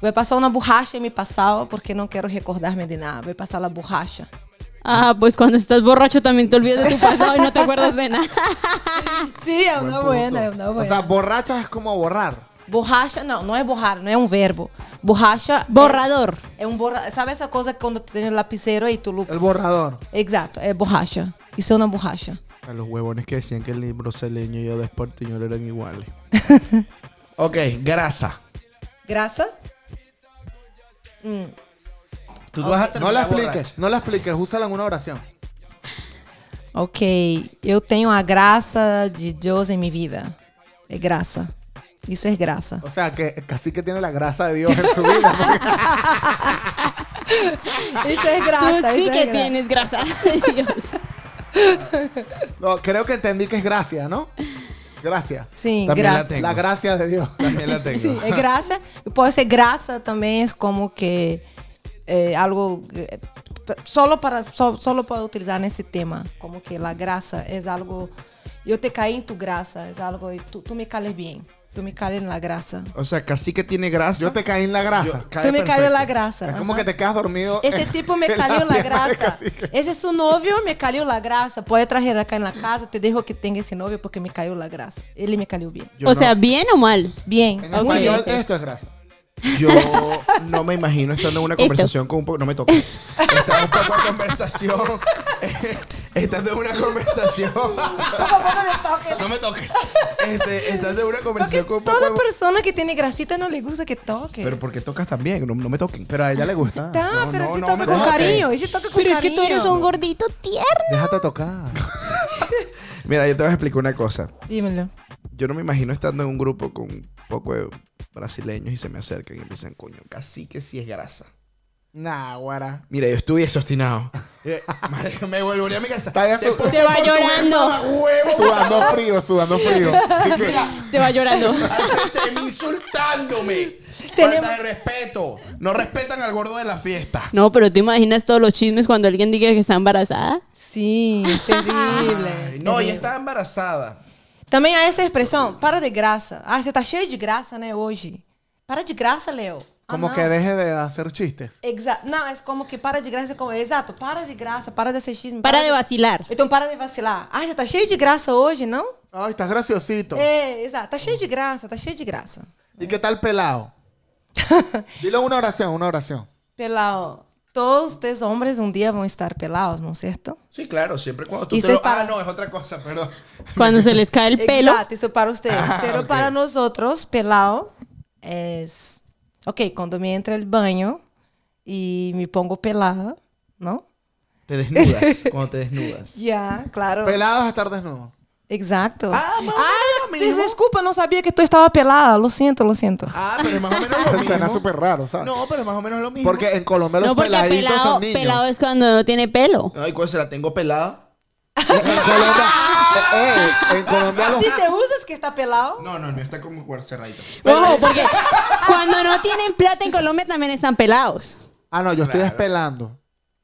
Voy a pasar una borracha en mi pasado porque no quiero recordarme de nada. Voy a pasar la borracha. Ah, pues cuando estás borracho también te olvidas de tu pasado y no te acuerdas de nada. [LAUGHS] Sí, es una buena, es una o buena. sea, borracha es como borrar. borracha, no, no es borrar, no es un verbo. Borracha. Borrador. Es, es un borra, ¿Sabes esa cosa cuando tú tienes el lapicero y tú lo. El borrador. Exacto, es é borracha. Hice una borracha. A los huevones que decían que el brasileño y el español eran iguales. ok, grasa. Grasa. Tú No la expliques, no la expliques, úsala en una oración. Ok, eu tenho a graça de Deus em minha vida. É graça. Isso é graça. O sea, que casi que tiene la grasa de Dios en su vida. porque- Isso é Tú graça. sí isso que é graça. tienes grasa. [LAUGHS] de Dios. no, creo que entendí que es gracia, ¿no? Gracia. Sim, Também lá graça. tem. La gracia de Dios. También la tengo. Sim, é graça. E Pode ser graça também, é como que é algo eh, p- solo para só solo para utilizar nesse tema, como que a graça é algo eu te caí em tu graça, é algo tu, tu me cales bem, tu me cales na graça. O sea, casi que tiene grasa. [LAUGHS] Yo te caí en la grasa. Yo- Cae tu me cales perfecto. na graça. es como Aham. que te quedas dormido. Esse en- [LAUGHS] tipo me [LAUGHS] en la caliu la pierna de graça. cacique. Esse seu novio me caliu la graça. Pode trazer acá na casa, te dejo que tenha esse novio porque me caiu la graça. Ele me caiu bem. Yo O no- sea, bien o mal. Bien. En Ok, español, ok. esto es grasa. Yo no me imagino estando en una Esto. conversación con un poco. No me toques. Estando un poco de conversación. eh, estando en una conversación. No me toques. Este, estando en una Porque conversación con un poco toda de- persona que tiene grasita no le gusta que toque. Pero porque tocas también, no, no me toquen. Pero a ella le gusta. Tá, No, pero no, se no, toca me con toque. cariño. Se toca con Pero es que tú cariño. eres un gordito tierno. Déjate tocar. Mira, yo te voy a explicar una cosa. Dímelo. Yo no me imagino estando en un grupo con un poco de brasileños y se me acercan y empiezan, coño, casi que sí es grasa. Nah, guara. Mira, yo estuviese obstinado. Eh, marica, me volvería a mi casa. Está ya su- [LAUGHS] Te- Se va por tu llorando. mamá, huevo. Sudando frío, sudando frío. Se va llorando. [LAUGHS] Al frente de mí insultándome. Tenemos- Falta de respeto. No respetan al gordo de la fiesta. No, pero ¿te imaginas todos los chismes cuando alguien diga que está embarazada? Sí, es terrible. Ay, no, y está embarazada. Também há essa expressão, para de graça. Ah, você tá cheio de graça, né, hoje. Para de graça, Leo. Ah, Como não. que deje de hacer chistes. Exato. Não, é como que para de graça. é Como, exato, para de graça, para de assistir. Para de vacilar. Então para de vacilar. Ah, já tá cheio de graça hoje, não? Ay, estás graciosito. É, exato. Tá cheio de graça, tá cheio de graça. ¿Y qué tal pelado? Dilo una oración, una oración. Pelao. Todos os homens um dia vão estar pelados, não é certo? Sí, claro, siempre cuando tú Y te se lo- para- Ah, no, es otra cosa, perdón. Cuando se les cae el pelo. Exato, isso [LAUGHS] é para vocês. Pero Ah, ok. para nós outros, pelao é... Ok, quando me entra el banho e me pongo pelada, não? Te desnudas, cuando te desnudas. Já, claro. Pelado es estar desnudo. Exato. Ah, mas Ah, amigo. desculpa, não sabia que tu estava pelada. Lo siento, lo siento. Ah, pero es más o menos lo mismo. [LAUGHS] Suena súper raro, ¿sabes? No, pero es más o menos lo mismo. Porque en Colombia los No, porque peladitos pelado, son niños. pelado es cuando no tiene pelo. Ay, cuando se la tengo pelada. En Colombia, [LAUGHS] eh, eh, en Colombia los... Si te usas que está pelado. No, no, el mío está como cuer- cerradito. Ojo, porque cuando no tienen plata en Colombia también están pelados. Ah, no, yo estoy Claro. despelando.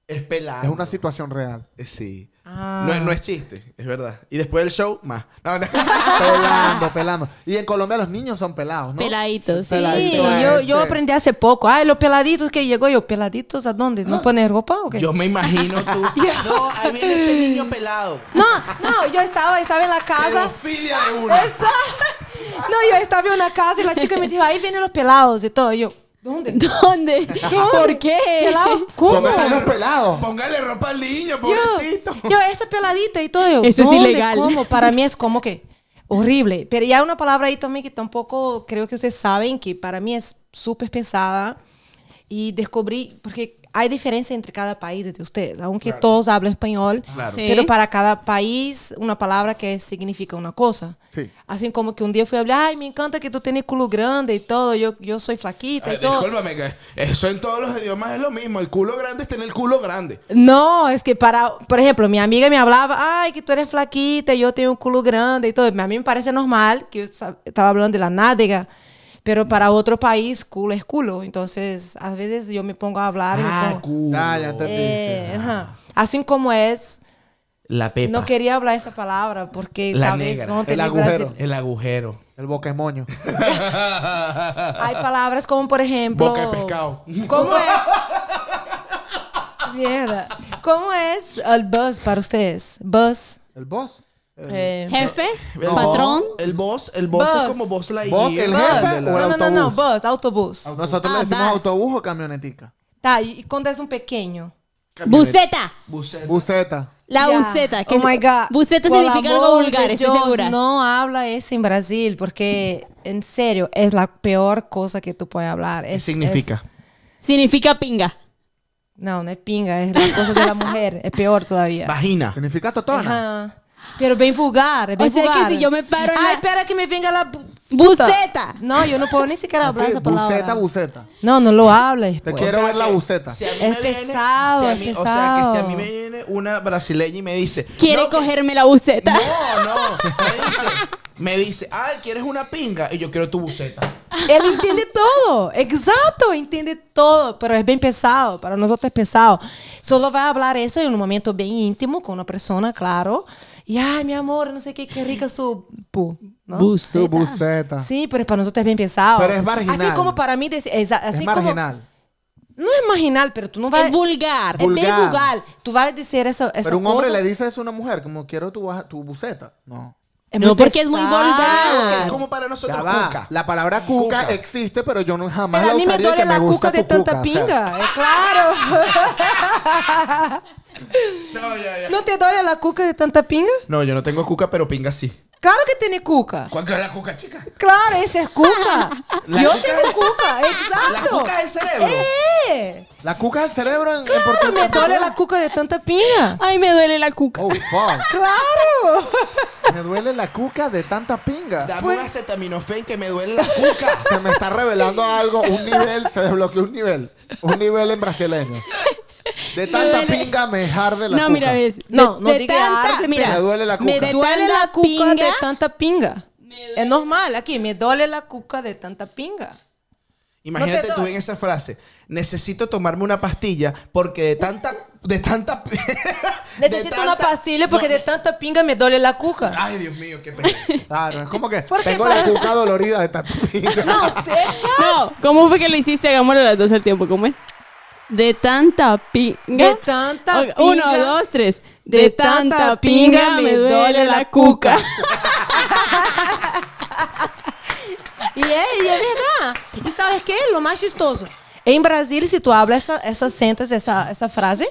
Es pelada. Es una [LAUGHS] situación real. Eh, Sí. Ah. No, es- no es chiste, es verdad. Y después del show, más. No, no. Pelando, pelando. Y en Colombia los niños son pelados, ¿no? Peladitos. sí. Peladito. Sí, Peladito yo, este. yo aprendí hace poco. Ay, los peladitos que llegó yo. ¿Peladitos a dónde? ¿No ponen ropa o qué? Yo me imagino [LAUGHS] tú. no, ahí viene ese niño pelado. No, no, yo estaba, estaba en la casa. Pedofilia de uno. Esa- No, yo estaba en la casa y la chica me dijo, ahí vienen los pelados y todo. Y yo, ¿dónde? ¿Dónde? ¿Por qué? ¿Pelados? ¿Cómo? ¿Dónde están los pelados? Póngale ropa al niño, pobrecito. Yo, yo, esa peladita y todo. Yo, Eso es ¿dónde? ilegal. ¿Cómo? Para mí es como que horrible. Pero ya hay una palabra ahí también que tampoco creo que ustedes saben, que para mí es súper pesada. Y descubrí, porque hay diferencia entre cada país de ustedes, aunque todos hablan español, Sí. pero para cada país una palabra que significa una cosa. Sí. Así como que un día fui a hablar, ay, me encanta que tú tienes culo grande y todo, yo, yo soy flaquita y Ay, todo. discúlpame, que eso en todos los idiomas es lo mismo. El culo grande es tener el culo grande. No, es que para, por ejemplo, mi amiga me hablaba, ay, que tú eres flaquita, yo tengo un culo grande y todo. A mí me parece normal que yo sa- estaba hablando de la nádega, pero para otro país, culo es culo. Entonces, a veces yo me pongo a hablar y me pongo- culo. Ah, ya entendí. Eh, ajá. Así como es, La pepa. no quería hablar esa palabra porque La tal vez negra, vamos a el tener agujero. Brasil- El agujero. El boca es moño. Hay palabras como, por ejemplo... Boca de pescado. ¿Cómo [LAUGHS] es? Mierda. ¿Cómo es el bus para ustedes? Bus. El boss. eh, Jefe, patrón. El boss, el boss Boss. es como boss la Boss, el Bus. jefe o No, el no, no, no, autobús. bus, autobús. Nosotros Ah, le decimos bus. autobús o camionetica. Tá, y y cuando es un pequeño. Buceta. Buceta. Buceta. La Ya. buceta. que oh es- my God. Buceta Por significa amor algo de vulgar, estoy Dios, segura. No habla eso en Brasil porque, en serio, es la peor cosa que tú puedes hablar. ¿Qué Es, significa? es- Significa pinga. no, no es pinga, es la cosa de la mujer. Es peor [LAUGHS] todavía. Vagina. Significa totona. Ajá. Pero bien vulgar, es bien O sea que vulgar. si yo me paro en Ay, la- espera que me venga la... bu- puta. Buceta. No, yo no puedo ni siquiera hablar Ah, Sí, esa palabra. buceta, buceta. No, no lo hables. Te pues. quiero ver la que buceta. si a mí Es me viene- pesado, si a es mí- O sea, que si a mí pesado. me viene una brasileña y me dice... Quiere "No, que- cogerme la buceta. No, no. Me dice, me dice, ay, ¿quieres una pinga? Y yo quiero tu buceta. Él entiende todo, exacto, entiende todo, pero es bien pesado, para nosotros es pesado. Solo va a hablar eso en un momento bien íntimo con una persona, claro. Y, ay, mi amor, no sé qué, qué rica su... pu", ¿no? Su buceta. Sí, pero para nosotros es bien pesado. Pero es marginal. Así como para mí, deci- exa- así Es como- marginal. no es marginal, pero tú no vas... [LAUGHS] Es vulgar. Es bien Vulgar. vulgar. Tú vas a decir eso, esa Pero un hombre cosa, le dice eso a una mujer, como quiero tu, baja- tu buceta. No. es No, muy porque es muy pesado. vulgar. Es como para Ya nosotros va. cuca. La palabra cuca, Cuca. existe, pero yo no jamás Pero a la mí me usaría duele que me la gusta cuca de tu tanta cuca, o sea, pinga, eh, claro. [LAUGHS] No, ya, ya. ¿No te duele la cuca de tanta pinga? No, yo no tengo cuca, pero pinga sí. Claro que tiene cuca. ¿Cuál es la cuca, chica? Claro, ese es [LAUGHS] cuca. La Yo cuca tengo es- cuca, La exacto. cuca del cerebro. ¡Eh! La cuca del cerebro en, en Claro, portugués. me duele la cuca de tanta pinga. Ay, me duele la cuca. Oh, fuck. ¡Claro! Me duele la cuca de tanta pinga. Dame Pues- un acetaminofén que me duele la [LAUGHS] cuca. Se me está revelando algo, un nivel, se desbloqueó un nivel. Un nivel en brasileño. De tanta pinga me jarde la No, cuca. mira, ves. [LAUGHS] No, de- no de diga tanta- algo, mira, Me duele la cuca. Me De duele tanta la cuca de pinga. tanta pinga. Es normal, aquí, me duele la cuca de tanta pinga. Imagínate No te tú doy. en esa frase. Necesito tomarme una pastilla porque de tanta. De tanta. [LAUGHS] de Necesito una tanta- pastilla porque de tanta pinga me duele la Ah, cuca. Ay, Dios mío, qué pena. Claro, es como que ¿Por qué tengo la parece- cuca dolorida de tanta pinga. [LAUGHS] No, te- No, ¿cómo fue que lo hiciste? Hagámoslo las dos al tiempo. ¿Cómo es? De tanta pinga. De tanta Ok, Uno, pinga. dos, tres. De De, tanta tanta, pinga pinga me me duele duele la la cuca. [LAUGHS] E é, e é verdade. E sabe o que? é Lo mais chistoso. Em Brasília, se tu habla essa, essa sentence, essa, essa frase,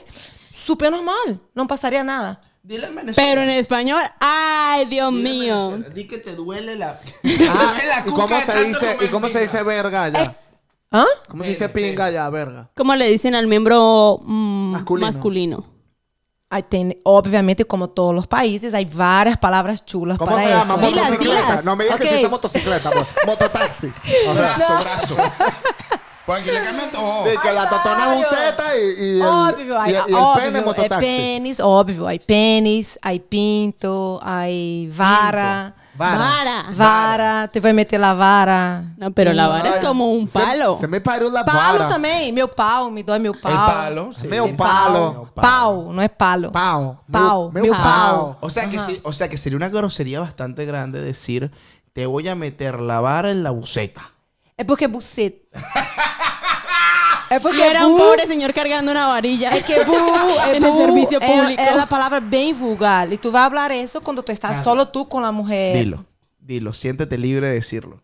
super normal. Não passaria nada. Dile en Venezuela. Pero en español, ay, Dios Dile en mío. Venezuela, Di que te duele la. [LAUGHS] Ah, Te duele la ¿Y cuca cómo de se tanto dice, comer ¿y cómo se pinga. dice verga ya? Hã? ¿Cómo se dice pinga ya, verga? ¿Cómo le dicen al miembro mm, Masculino. masculino? Aí tem, obviamente, como todos os países, há várias palavras chulas ¿Cómo para se isso. llama? Dilas, né? Motocicleta. dilas. No me digas Ok. que se dice [LAUGHS] motocicleta, pues. Mototaxi. O sea, Brazo, brazo. Pues aquí le cambian todo. sí, que la totona es un Z y, y el, Óbvio, y aí, el, y el pene óbvio, es é mototaxi. pênis, óbvio, aí pênis, aí pinto, aí vara, Vara. Vara. vara, te vai meter la vara. No, pero la vara es como un Se- palo. Se, me parió la Palo vara. também, meu pau, me dói meu pau. El palo. sí. Meu El palo. Pau, não é palo. Pau. Pau, Meu, meu pau. O sea, que sí- o sea que sería una grosería bastante grande decir te voy a meter la vara en la buceta. É porque é buceta. É porque Yo era un bu- pobre señor cargando una varilla. É que bu, [LAUGHS] é en bu, el servicio é- público. É, a palavra bem vulgar. E tu vai falar isso quando tu estás solo tu com a mulher. Dilo, dilo, siéntete libre de decirlo.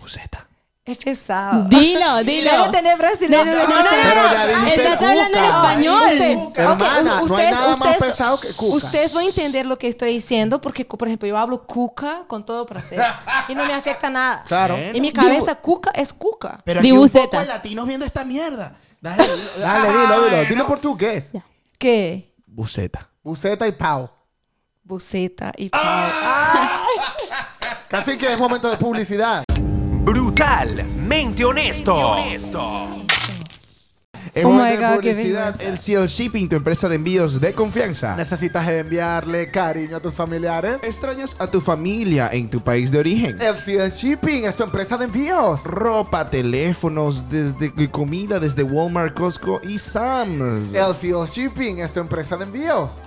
Buceta. É pesado. [LAUGHS] Dilo, Deve dilo. ter brasileiro No, de no, no, noche. no. Pero ya dijiste Estás hablando en cuca. español. Ok, Hermana, us- no hay nada más pesado que cuca. ustedes van a entender lo que estoy diciendo porque, por ejemplo, yo hablo cuca con todo placer y no me [LAUGHS] afecta nada. Claro. En mi cabeza, cuca es cuca. Pero Di aquí un buceta. poco de latinos viendo esta mierda. Dale, dale, dilo, dilo. Dilo por tú, ¿qué es? ¿Qué? Buceta. Buceta y pau. Buceta y Ah, Casi que es momento de publicidad. Brutalmente honesto. Es Oh my momento de God, qué publicidad. vergüenza. LCL Shipping, tu empresa de envíos de confianza. Necesitas enviarle cariño a tus familiares. Extrañas a tu familia en tu país de origen. LCL Shipping es tu empresa de envíos. Ropa, teléfonos, desde comida desde Walmart, Costco y Sam's. LCL Shipping es tu empresa de envíos.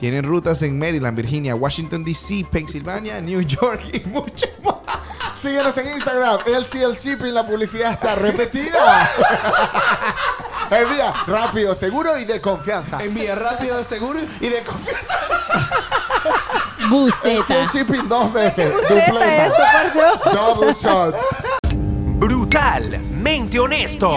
Tienen rutas en Maryland, Virginia, Washington DC, Pensilvania, New York y mucho más. Síguenos en Instagram. LCL Shipping, la publicidad [LAUGHS] está repetida. Envía rápido, seguro y de confianza. Envía rápido, seguro y de confianza. Buceta. LCL Shipping dos veces. buceta eso, por Dios. Double shot. Brutalmente honesto.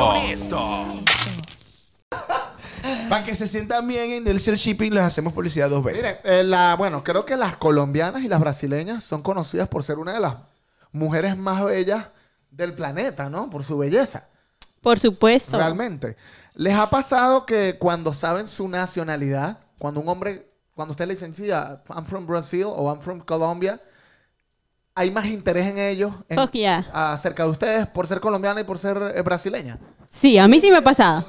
Para que se sientan bien en el Cell Shipping, les hacemos publicidad dos veces. Miren, eh, la, bueno, creo que las colombianas y las brasileñas son conocidas por ser una de las mujeres más bellas del planeta, ¿no? Por su belleza, Por supuesto. realmente. ¿Les ha pasado que cuando saben su nacionalidad, cuando un hombre, cuando usted le dicen, sí, ah, I'm from Brazil o I'm from Colombia, hay más interés en ellos, en- Fuck yeah. acerca de ustedes, por ser colombiana y por ser eh, brasileña? Sí, a mí sí me ha pasado.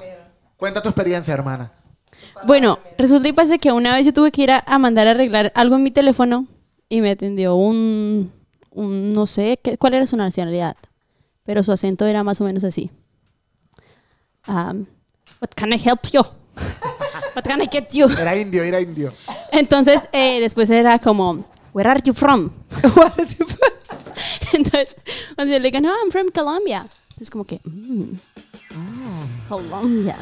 Cuenta tu experiencia, hermana. Bueno, resulta y pasa que una vez yo tuve que ir a, a mandar a arreglar algo en mi teléfono y me atendió un, un- no sé qué, cuál era su nacionalidad, pero su acento era más o menos así. Um, what can I help [LAUGHS] you? What can I get you? Era indio, [LAUGHS] era indio. Entonces, eh, después era como, Where are you from? [LAUGHS] Where are you from? Entonces, cuando yo le digo, No, I'm from Colombia. Entonces, como que, "Mm, oh, Colombia.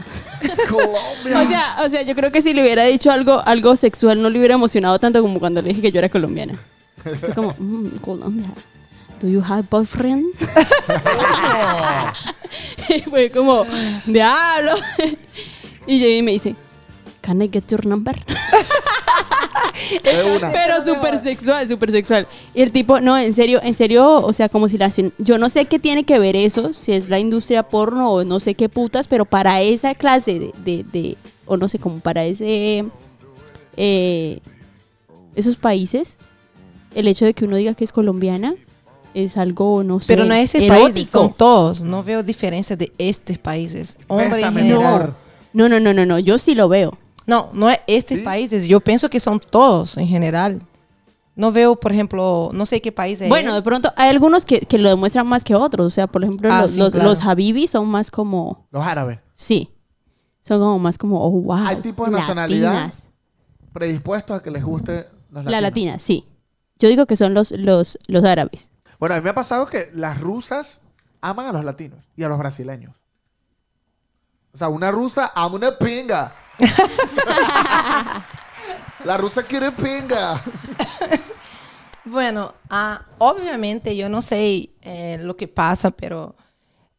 Colombia. O sea, o sea, yo creo que si le hubiera dicho algo, algo sexual, no le hubiera emocionado tanto como cuando le dije que yo era colombiana. Fue como, "Mm, Colombia. ¿Do you have boyfriend? y fue como, diablo. y llegué y me dice, ¿Can I get your number? De una. Pero súper sexual, súper sexual. Y el tipo, no, en serio, en serio, o sea, como si la... Yo no sé qué tiene que ver eso, si es la industria porno o no sé qué putas, pero para esa clase de... de- de- o no sé, como para ese... eh, esos países, el hecho de que uno diga que es colombiana es algo, no sé, Pero no es ese país, son todos. No veo diferencia de estos países. Hombre en Bésame, general. amor. No, no, no, no, no, yo sí lo veo. No, no es estos países. Yo pienso que son todos en general. No veo, por ejemplo, no sé qué país es. Bueno, de pronto hay algunos que, que lo demuestran más que otros, o sea, por ejemplo, Ah, los, sí, los, claro. los habibis son más como... Los árabes. Sí. Son como más como, oh, wow. Hay tipos de nacionalidad. latinas. predispuestos a que les guste los La latinos. latina, sí. Yo digo que son los, los, los árabes. Bueno, a mí me ha pasado que las rusas aman a los latinos y a los brasileños. O sea, una rusa ama [LAUGHS] una pinga. la rusa quiere pinga. Bueno, ah, obviamente yo no sé eh, lo que pasa, pero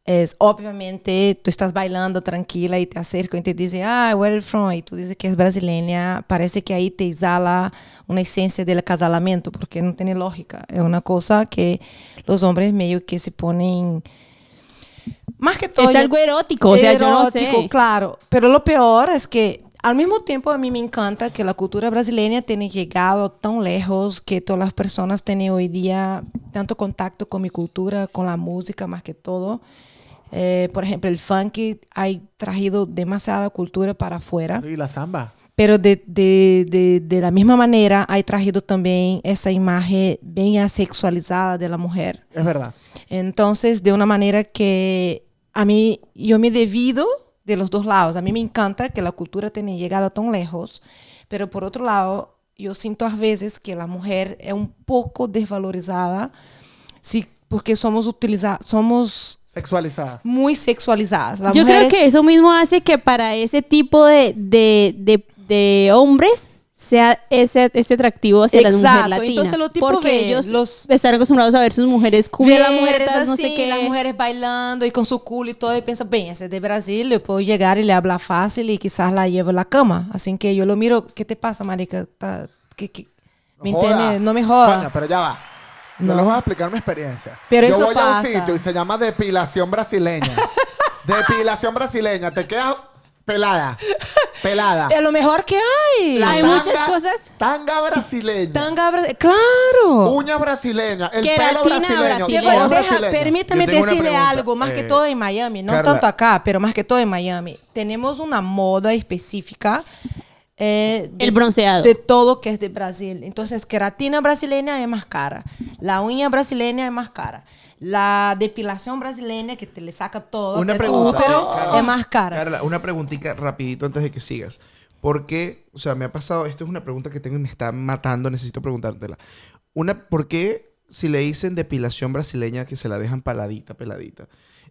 es obviamente tú estás bailando tranquila y te acerco y te dice, ah, where are you from? Y tú dices que es brasileña. Parece que ahí te exhala una esencia del acasalamiento, porque no tiene lógica. Es una cosa que los hombres medio que se ponen... Más que todo... Es yo- algo erótico, o sea, yo no sé. Erótico, Claro, pero lo peor es que al mismo tiempo a mí me encanta que la cultura brasileña tiene llegado tan lejos que todas las personas tienen hoy día tanto contacto con mi cultura, con la música más que todo. Eh, por ejemplo, el funky ha traído demasiada cultura para afuera. Y la samba. Pero de, de, de, de la misma manera ha traído también esa imagen bien asexualizada de la mujer. Es verdad. Entonces, de una manera que a mí, yo me debido de los dos lados. A mí me encanta que la cultura tiene llegado tan lejos, pero por otro lado, yo siento a veces que la mujer es un poco desvalorizada, sí, porque somos utilizados, somos Sexualizadas. muy sexualizadas. La Yo mujer creo es- que eso mismo hace que para ese tipo de, de, de, de hombres sea ese, ese atractivo hacia las mujeres Exacto, latinas. entonces los tipos porque ven, ellos los- están acostumbrados a ver sus mujeres Ver cubiertas, las mujeres así, no sé qué. las mujeres bailando y con su culo y todo, y piensa, bien, ese es de Brasil, yo puedo llegar y le habla fácil y quizás la llevo a la cama. Así que yo lo miro, ¿qué te pasa, marica? Ta- ¿Qué- qué? ¿Me entiendes? No me jodas. Coño, pero ya va. Yo les voy a explicar mi experiencia. Pero Yo eso voy a un pasa. [LAUGHS] sitio y se llama depilación brasileña. Depilación brasileña. Te quedas pelada. Pelada. É o melhor que [LAUGHS] hay. La Hay muchas cosas. Tanga brasileña. Tanga brasileña. Claro. Uña brasileña. El Queratina pelo brasileño. brasileña. todo Oh. Deja- Una brasileño. permítame Yo tengo una decirle pregunta. algo, más Eh, que todo en Miami, no Carla. tanto acá, pero más que todo en Miami. Tenemos una moda específica. eh, de- El bronceado. De todo que es de Brasil. Entonces, queratina brasileña es más cara. La uña brasileña es más cara. La depilación brasileña que te le saca todo Una de tu pregunta. útero Carla, es más cara. Carla, una preguntita rapidito antes de que sigas. ¿Por qué? O sea, me ha pasado, esto es una pregunta que tengo y me está matando, necesito preguntártela. Una, ¿por qué si le dicen depilación brasileña que se la dejan paladita, peladita?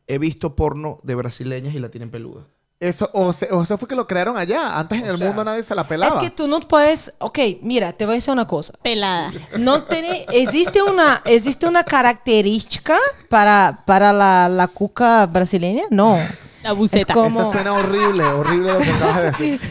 He visto porno de brasileñas y la tienen peluda. Eso, o, se- o eso fue que lo crearon allá. Antes en el sea, mundo nadie se la pelaba. Es que tú no puedes... Ok, mira, te voy a decir una cosa. Pelada. No tiene, existe una, existe una característica para, para la, la cuca brasileña, no. La buceta. Es como- Eso suena horrible, horrible lo que acabas de [LAUGHS] decir.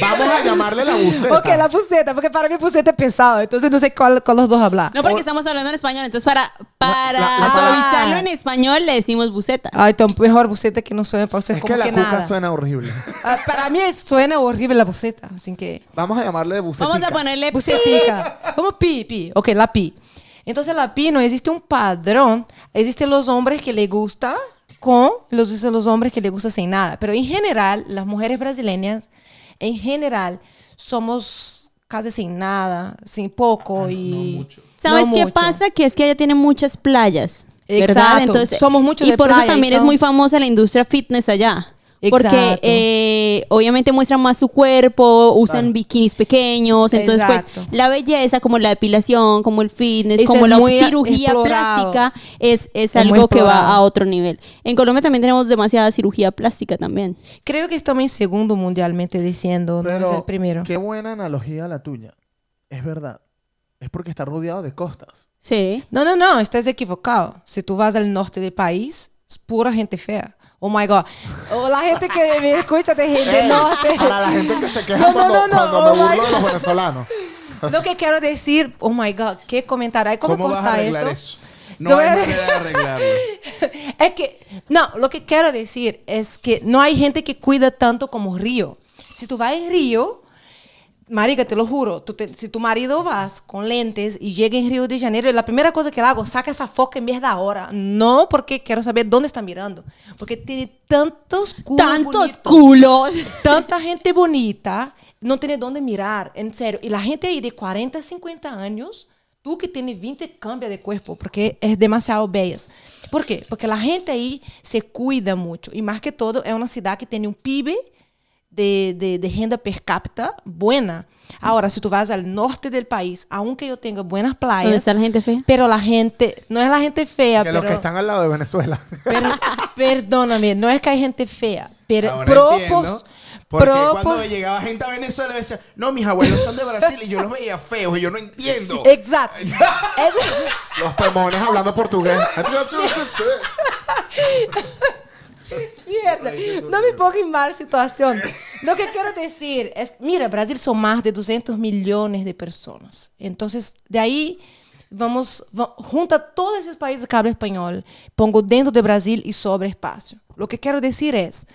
Vamos a llamarle la buceta. Ok, la puceta, porque para mí puceta es pesado, entonces no sé cuál, cuál los dos hablar. No, porque estamos hablando en español, entonces para, para La- la- la- suavizarlo en español le decimos buceta. Ah, Ay, tan mejor buceta que no suena para usted es como que la que cuca nada. suena horrible. Ah, para mí es- suena horrible la buceta, así que... Vamos a llamarle buceta. Vamos a ponerle Bucetica. Como pi, pi. Ok, la pi. Entonces la pi no existe un padrón. Existen los hombres que le gusta con, los dicen los hombres que le gusta sin nada. Pero en general, las mujeres brasileñas, en general, somos casi sin nada, sin poco y... ¿Sabes Ah, No qué mucho. pasa? Que es que ella tiene muchas playas. ¿verdad? Exacto. Somos muchos Y de por eso playa, también es entonces- muy famosa la industria fitness allá. Porque Exacto. eh, obviamente muestran más su cuerpo, usan bikinis pequeños, entonces Exacto. pues la belleza como la depilación, como el fitness, Eso como es la muy cirugía explorado. plástica es, es Es muy algo que va explorado. a otro nivel. En Colombia también tenemos demasiada cirugía plástica también. Creo que estamos en segundo mundialmente diciendo, no es el primero. Qué buena analogía la tuya. Es verdad. Es porque está rodeado de [LAUGHS] costas. Sí. No, no, no, estás equivocado. Si tú vas al norte del país, es pura gente fea. Oh my God. O la gente que me escucha de gente Ey, norte. Para la gente que se queja No, no, no, cuando, no, cuando oh me burlo my- de los venezolanos. Lo que quiero decir, oh my God, qué comentario. Ay, ¿Cómo, ¿Cómo vas a cortar arreglar eso? eso? Tú No hay eres- manera de arreglarlo. [LAUGHS] Es que, no, lo que quiero decir es que no hay gente que cuida tanto como Río. Si tú vas en Río, marica, te lo juro, tú te- si tu marido vas con lentes y llega en Río de Janeiro, la primera cosa que le hago, saca esa foca y mierda ahora. No porque quiero saber dónde está mirando. Porque tiene tantos culos Tantos bonitos. culos. [LAUGHS] tanta gente bonita, no tiene dónde mirar, en serio. Y la gente ahí de 40, 50 años, tú que tienes 20, cambia de cuerpo porque es demasiado bellas. ¿Por qué? Porque la gente ahí se cuida mucho. Y más que todo, es una ciudad que tiene un PIB de, de, de renda per capita buena. Ahora, si tú vas al norte del país, aunque yo tenga buenas playas, ¿Dónde está la gente fea? pero la gente, no es la gente fea, Que Ah, pero... los que están al lado de Venezuela. Pero, [LAUGHS] perdóname, no es que hay gente fea, pero Ahora propos, entiendo, Porque propos- cuando llegaba gente a Venezuela decía, no, mis abuelos son de Brasil y yo los veía feos y yo no [LAUGHS] entiendo. Exacto. Es- los pemones hablando portugués. [LAUGHS] mierda. No me pongo en mal situación. Lo que quiero decir es, mira, Brasil son más de 200 millones de personas. Entonces, de ahí vamos, va- junta todos esos países que hablan español, pongo dentro de Brasil y sobre espacio. Lo que quiero decir es,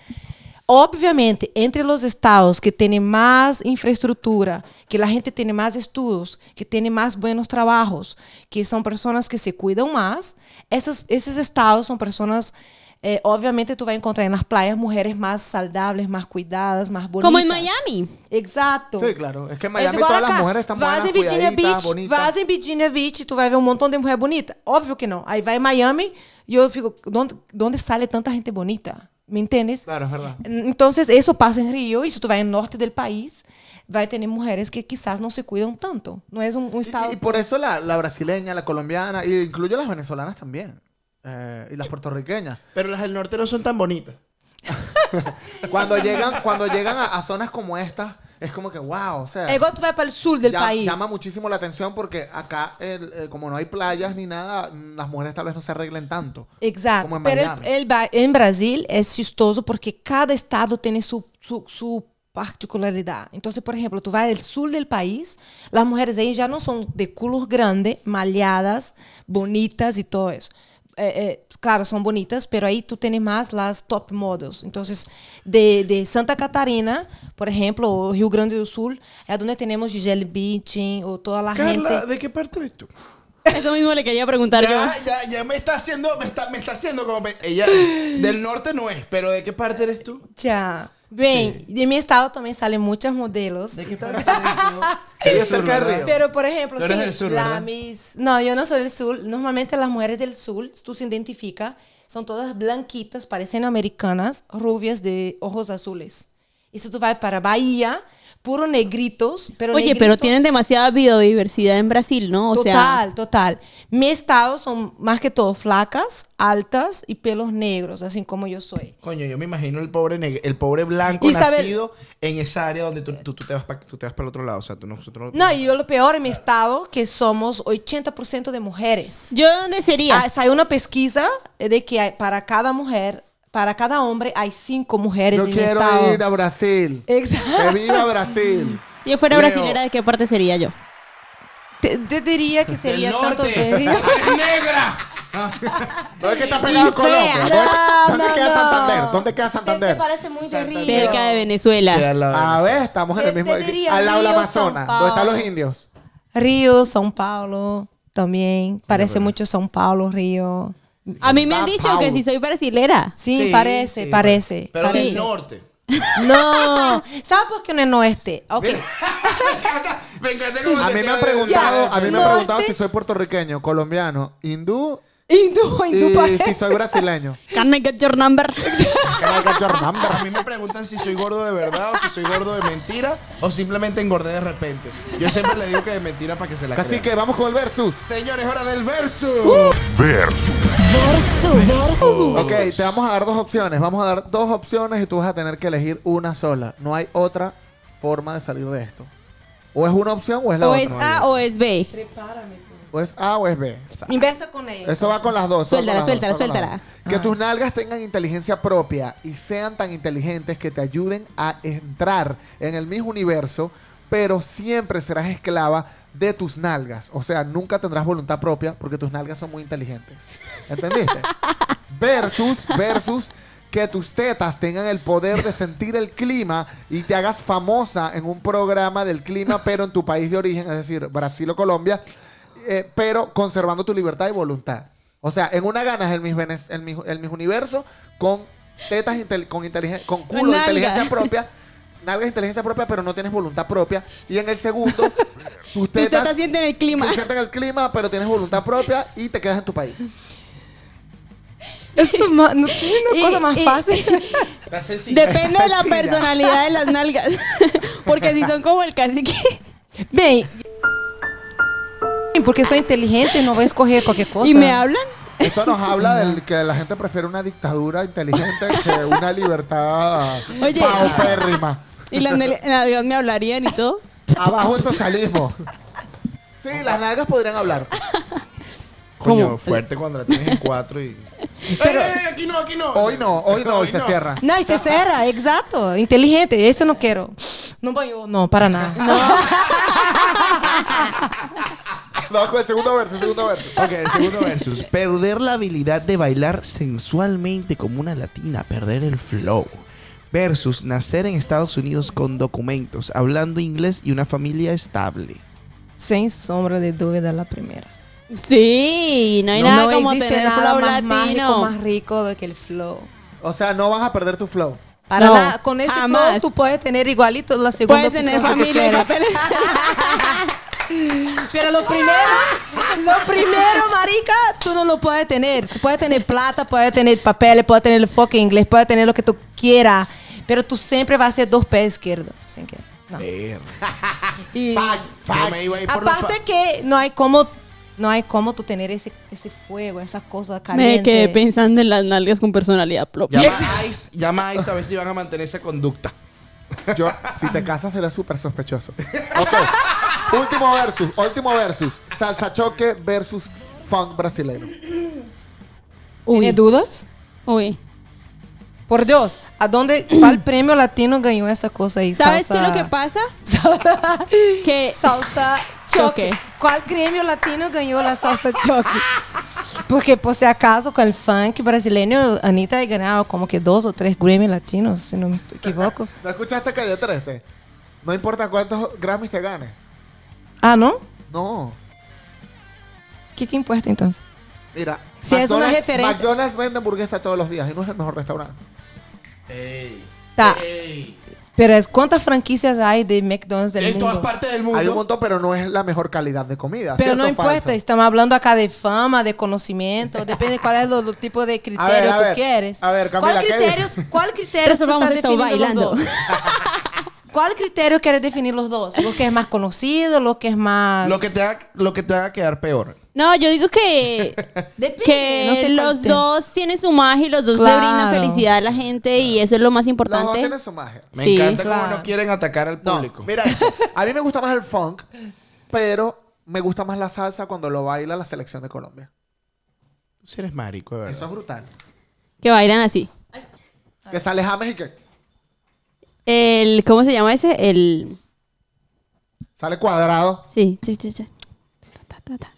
Obviamente, entre los estados que tienen más infraestructura, que la gente tiene más estudios, que tiene más buenos trabajos, que son personas que se cuidan más, esas- esos estados son personas, eh, obviamente tú vas a encontrar en las playas mujeres más saludables, más cuidadas, más bonitas. Como en Miami. Exacto. Sí, claro. Es que en Mas Miami igual todas las acá, mujeres están vas buenas, em Virginia cuidaditas, Beach, bonitas. vas em Virginia Beach, tu vai ver um montão de mulher bonita. Óbvio que não. Aí vai em Miami e eu fico, "Donde- donde sai tanta gente bonita? Me entendes? Claro, es verdad. Então, isso passa em Rio, e se tu vai no norte do país, vai ter mulheres que quizás não se cuidam tanto. Não é um, um estado... Y, y por eso la, la brasileña, la colombiana, y incluyo las venezolanas también. eh, y las puertorriqueñas. Pero las del norte no son tan bonitas. Cuando llegan, cuando llegan a, a zonas como estas, es como que, wow, o sea. É igual tu vai para o sul do ya- país. Llama muchísimo la atención porque acá, el- eh, como no hay playas ni nada, mm, las mujeres tal vez no se arreglen tanto. Exato. Como en Pero Miami. el- el ba- em Brasil é chistoso porque cada estado tem sua su, su particularidade. Então, se, por exemplo, tu vai ao sul do país, as mulheres aí já não são de culo grande, malhadas, bonitas e todo isso. eh, eh, claro, son bonitas, pero ahí tú tienes más las top models. Entonces, de, de Santa Catarina, por ejemplo, o Rio Grande do Sul, es donde tenemos Gisele Bündchen o toda la gente. Carla, ¿de qué parte eres tú? Eso mismo le quería preguntar Ya, yo. ya, ya me está haciendo, me está, me está haciendo como pe- ella del norte no es, pero ¿de qué parte eres tú? Ya. Bien, de mi estado también salen muchas modelos. ¿De qué parte eres [LAUGHS] tú? Ella es cerca de Río. Pero por ejemplo, Tú eres sí, del sur, la ¿verdad? mis- No, yo no soy del sur. Normalmente las mujeres del sur, tú se identifica, son todas blanquitas, parecen americanas, rubias de ojos azules. Y si tú vas para Bahía, puro negritos, pero Oye, negritos- pero tienen demasiada biodiversidad en Brasil, ¿no? O sea, total, total. Mi estado son más que todo flacas, altas y pelos negros, así como yo soy. Coño, yo me imagino el pobre neg- el pobre blanco Isabel- nacido en esa área donde tú, tú- tú te vas para tú te vas para el otro lado, o sea, tú nosotros No, y yo lo peor en mi estado, que somos 80% de mujeres. ¿yo dónde sería? Ah, saiu uma pesquisa de que hay- para cada mujer, para cada hombre, hay cinco mujeres Yo en quiero estado. ir a Brasil. Exacto. ¡Que viva Brasil! si yo fuera Leo. brasilera, ¿de qué parte sería yo? Te, te diría que sería Del tanto norte. de Río. negra. Ah. ¿Dónde es que está pegado Y Colombia? fea. ¿Dónde, dónde queda Santander? ¿Dónde queda Te, [LAUGHS] Santander? te parece muy de Río. Cerca de Venezuela. A ver, estamos en Te- el mismo. te diría al lado del Río, São Amazonas. ¿Dónde están los Paulo. indios? Río, São Paulo, también. Parece mucho São Paulo, Río. A mí me han dicho Sao que Paulo. si soy brasilera. Sí, parece, parece. Pero parece. del norte. No. ¿Sabes por qué no es norte? Ok. [LAUGHS] me encanta cómo A te- mí me han te- preguntado, a mí me No, han preguntado este- si soy puertorriqueño, colombiano, hindú Hindú, hindú y parece. si soy brasileño. Carne get your number. A mí me preguntan si soy gordo de verdad o si soy gordo de mentira o simplemente engordé de repente. Yo siempre le digo que de mentira para que se la Así crean. que vamos con el versus. Señores, hora del versus. Versus. versus. Ok, te vamos a dar dos opciones. Vamos a dar dos opciones y tú vas a tener que elegir una sola. No hay otra forma de salir de esto. O es una opción o es [LAUGHS] la O otra. es A o es B. Prepárame. por- O es A o es B. Inversa con ella. Eso va con las dos. eso va Suéltala, con las dos, suéltala, eso va con las suéltala. Ah. dos. Que tus nalgas tengan inteligencia propia y sean tan inteligentes que te ayuden a entrar en el mismo universo, pero siempre serás esclava de tus nalgas. O sea, nunca tendrás voluntad propia porque tus nalgas son muy inteligentes. [LAUGHS] ¿Entendiste? versus, versus. Que tus tetas tengan el poder de sentir el clima y te hagas famosa en un programa del clima, pero en tu país de origen, es decir, Brasil o Colombia, eh, pero conservando tu libertad y voluntad. O sea, en una ganas el mis, Venez- el mis, el Miss universo con tetas, intel- con, inteligen- con culo, de nalgas. inteligencia propia. Nalgas, de inteligencia propia, pero no tienes voluntad propia. Y en el segundo, tus Usted tetas, está siente en el clima. tus tetas en el clima, pero tienes voluntad propia y te quedas en tu país. Eso ma- no tiene una Y- cosa más y- fácil. [LAUGHS] [LAUGHS] Depende de la Sencilla. personalidad de las [LAUGHS] nalgas. Porque si son como el [LAUGHS] cacique. Bem, porque sou inteligente, não vou escolher qualquer coisa. ¿Y me hablan? Esto [LAUGHS] nos habla del que la gente prefiere una dictadura inteligente que una [LAUGHS] libertad Oye. [LAUGHS] paupérrima. Y las nel- nalgas me hablarían y todo. Abajo el socialismo. Sí, las nalgas podrían hablar. Coño, ¿Cómo? fuerte cuando la tienes en cuatro [LAUGHS] y. Pero, aquí no, aquí no. Hoy no, hoy no, hoy se cierra. Não, isso é sério, exato. Inteligente, esse eu não quero. Não banhou, não, para nada. Vamos con el segundo verso, segundo verso. Ok, el segundo [LAUGHS] versus. Perder la habilidad de bailar sensualmente como una latina, perder el flow. Versus nacer en Estados Unidos con documentos, hablando inglés y una familia estable. Sem sombra de dúvida, a primeira. Sí, no hay Não, nada não como existe tener nada flow mais mágico, latino. mais rico do que o flow. O sea, no vas a perder tu flow. Para No, nada, com este jamás. flow tu puedes tener igualito la segunda Puedes tener opción si tú familia y quieres. papeles. [LAUGHS] Pero lo primero, lo primero, marica, tú no lo puedes tener. Tú puedes tener plata, puedes tener papeles, puedes tener el fucking inglés, puedes tener lo que tú quieras. Pero tú siempre vas a ser dos pies izquierdos. Así que, no. Y Yo me iba a ir por los fa- aparte que no hay como, no hay como tú tener ese, ese fuego, esa cosa Me caliente. quedé pensando en las nalgas con personalidad propia. Llama a ICE, llama a ICE a ver si van a mantener esa conducta. Yo, si te casas, será súper [LAUGHS] sospechoso. Ok. Último versus, último versus. Salsa choque versus funk brasileño. ¿Tiene Uy, dudas? uy. Por Dios, ¿a [CLEARS THROAT] dónde, cuál premio latino ganó esa cosa ahí? ¿Sabes qué es Salsa- lo que pasa? Salsa- [LAUGHS] Que [LAUGHS] Salsa choque. Choque. ¿Cuál gremio latino ganó la salsa choque? Porque por si acaso con el funk brasileño, Anita ha ganado como que dos o tres Grammy latinos, si no me equivoco. ¿No escuchaste Calle 13? No importa cuántos Grammys te ganes. Ah, ¿no? No. ¿Qué, qué importa entonces? Mira. Sí, es una McDonald's- referencia. McDonald's vende hamburguesas todos los días y no es el mejor restaurante. Tá. Pero es cuántas franquicias hay de McDonald's del En mundo. todas partes del mundo. Hay un montón, pero no es la mejor calidad de comida. Pero ¿cierto no o importa, falso? estamos hablando acá de fama, de [LAUGHS] conocimiento, depende de cuál es lo- lo tipo de criterio ver, a tú ver, quieres. a ver, Camila, ¿Cuál ¿qué criterio, dices? [LAUGHS] cuál criterio Pero tú solo vamos estás a estar definiendo bailando. los dos? ¿Cuál criterio quieres definir los dos? ¿Lo que es más conocido, lo que es más Lo que, te haga, lo que te haga quedar peor. No, yo [LAUGHS] digo que, Depende, que no sé cuál los tema. dos tienen su magia y los dos le brindan Claro. felicidad a la gente y eso es lo más Los dos importante. tienen su magia. Me Sí, encanta cómo claro. no quieren atacar al No, público. mira, esto. a mí me gusta más el funk, pero me gusta más la salsa cuando lo baila la selección de Colombia. Tú sí eres marico, de Eso verdad. es brutal. Que bailan así. Que sale James y que El, ¿cómo se llama ese? El. sale cuadrado. Sí. sí, sí, sí. Ta, ta, ta.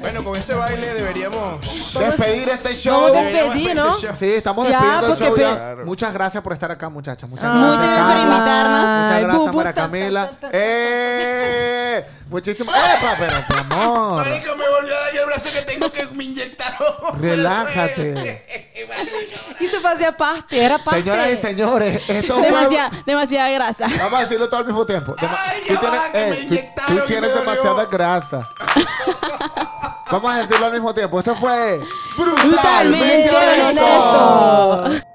Bueno, con ese baile deberíamos... Despedir este show. Vamos a despedir, ¿no? Ya, Sí, estamos Ya, despidiendo el porque show pe- ya. Claro. Muchas gracias por estar acá, muchachas. Muchas Ah. gracias. Muchas gracias por Carla. invitarnos. Muchas Ay, gracias bu, bu, para ta, ta, Camila. ta, ta, ta. ¡Eh! Muchísimas. ¡Epa! Pero, [LAUGHS] mi amor. Marico, me volvió a dañar el brazo que tengo que me [LAUGHS] inyectaron. Relájate. Isso fazia parte, era parte. Señoras y señores, esto fue. Demasiada, demasiada grasa. Vamos a decirlo todo al mismo tiempo. Dema- Ay, ya va, que me tú- inyectaron tú y tienes me dolió. demasiada grasa. Vamos a decirlo al mismo tiempo. Esto fue Brutalmente Brutalmente honesto.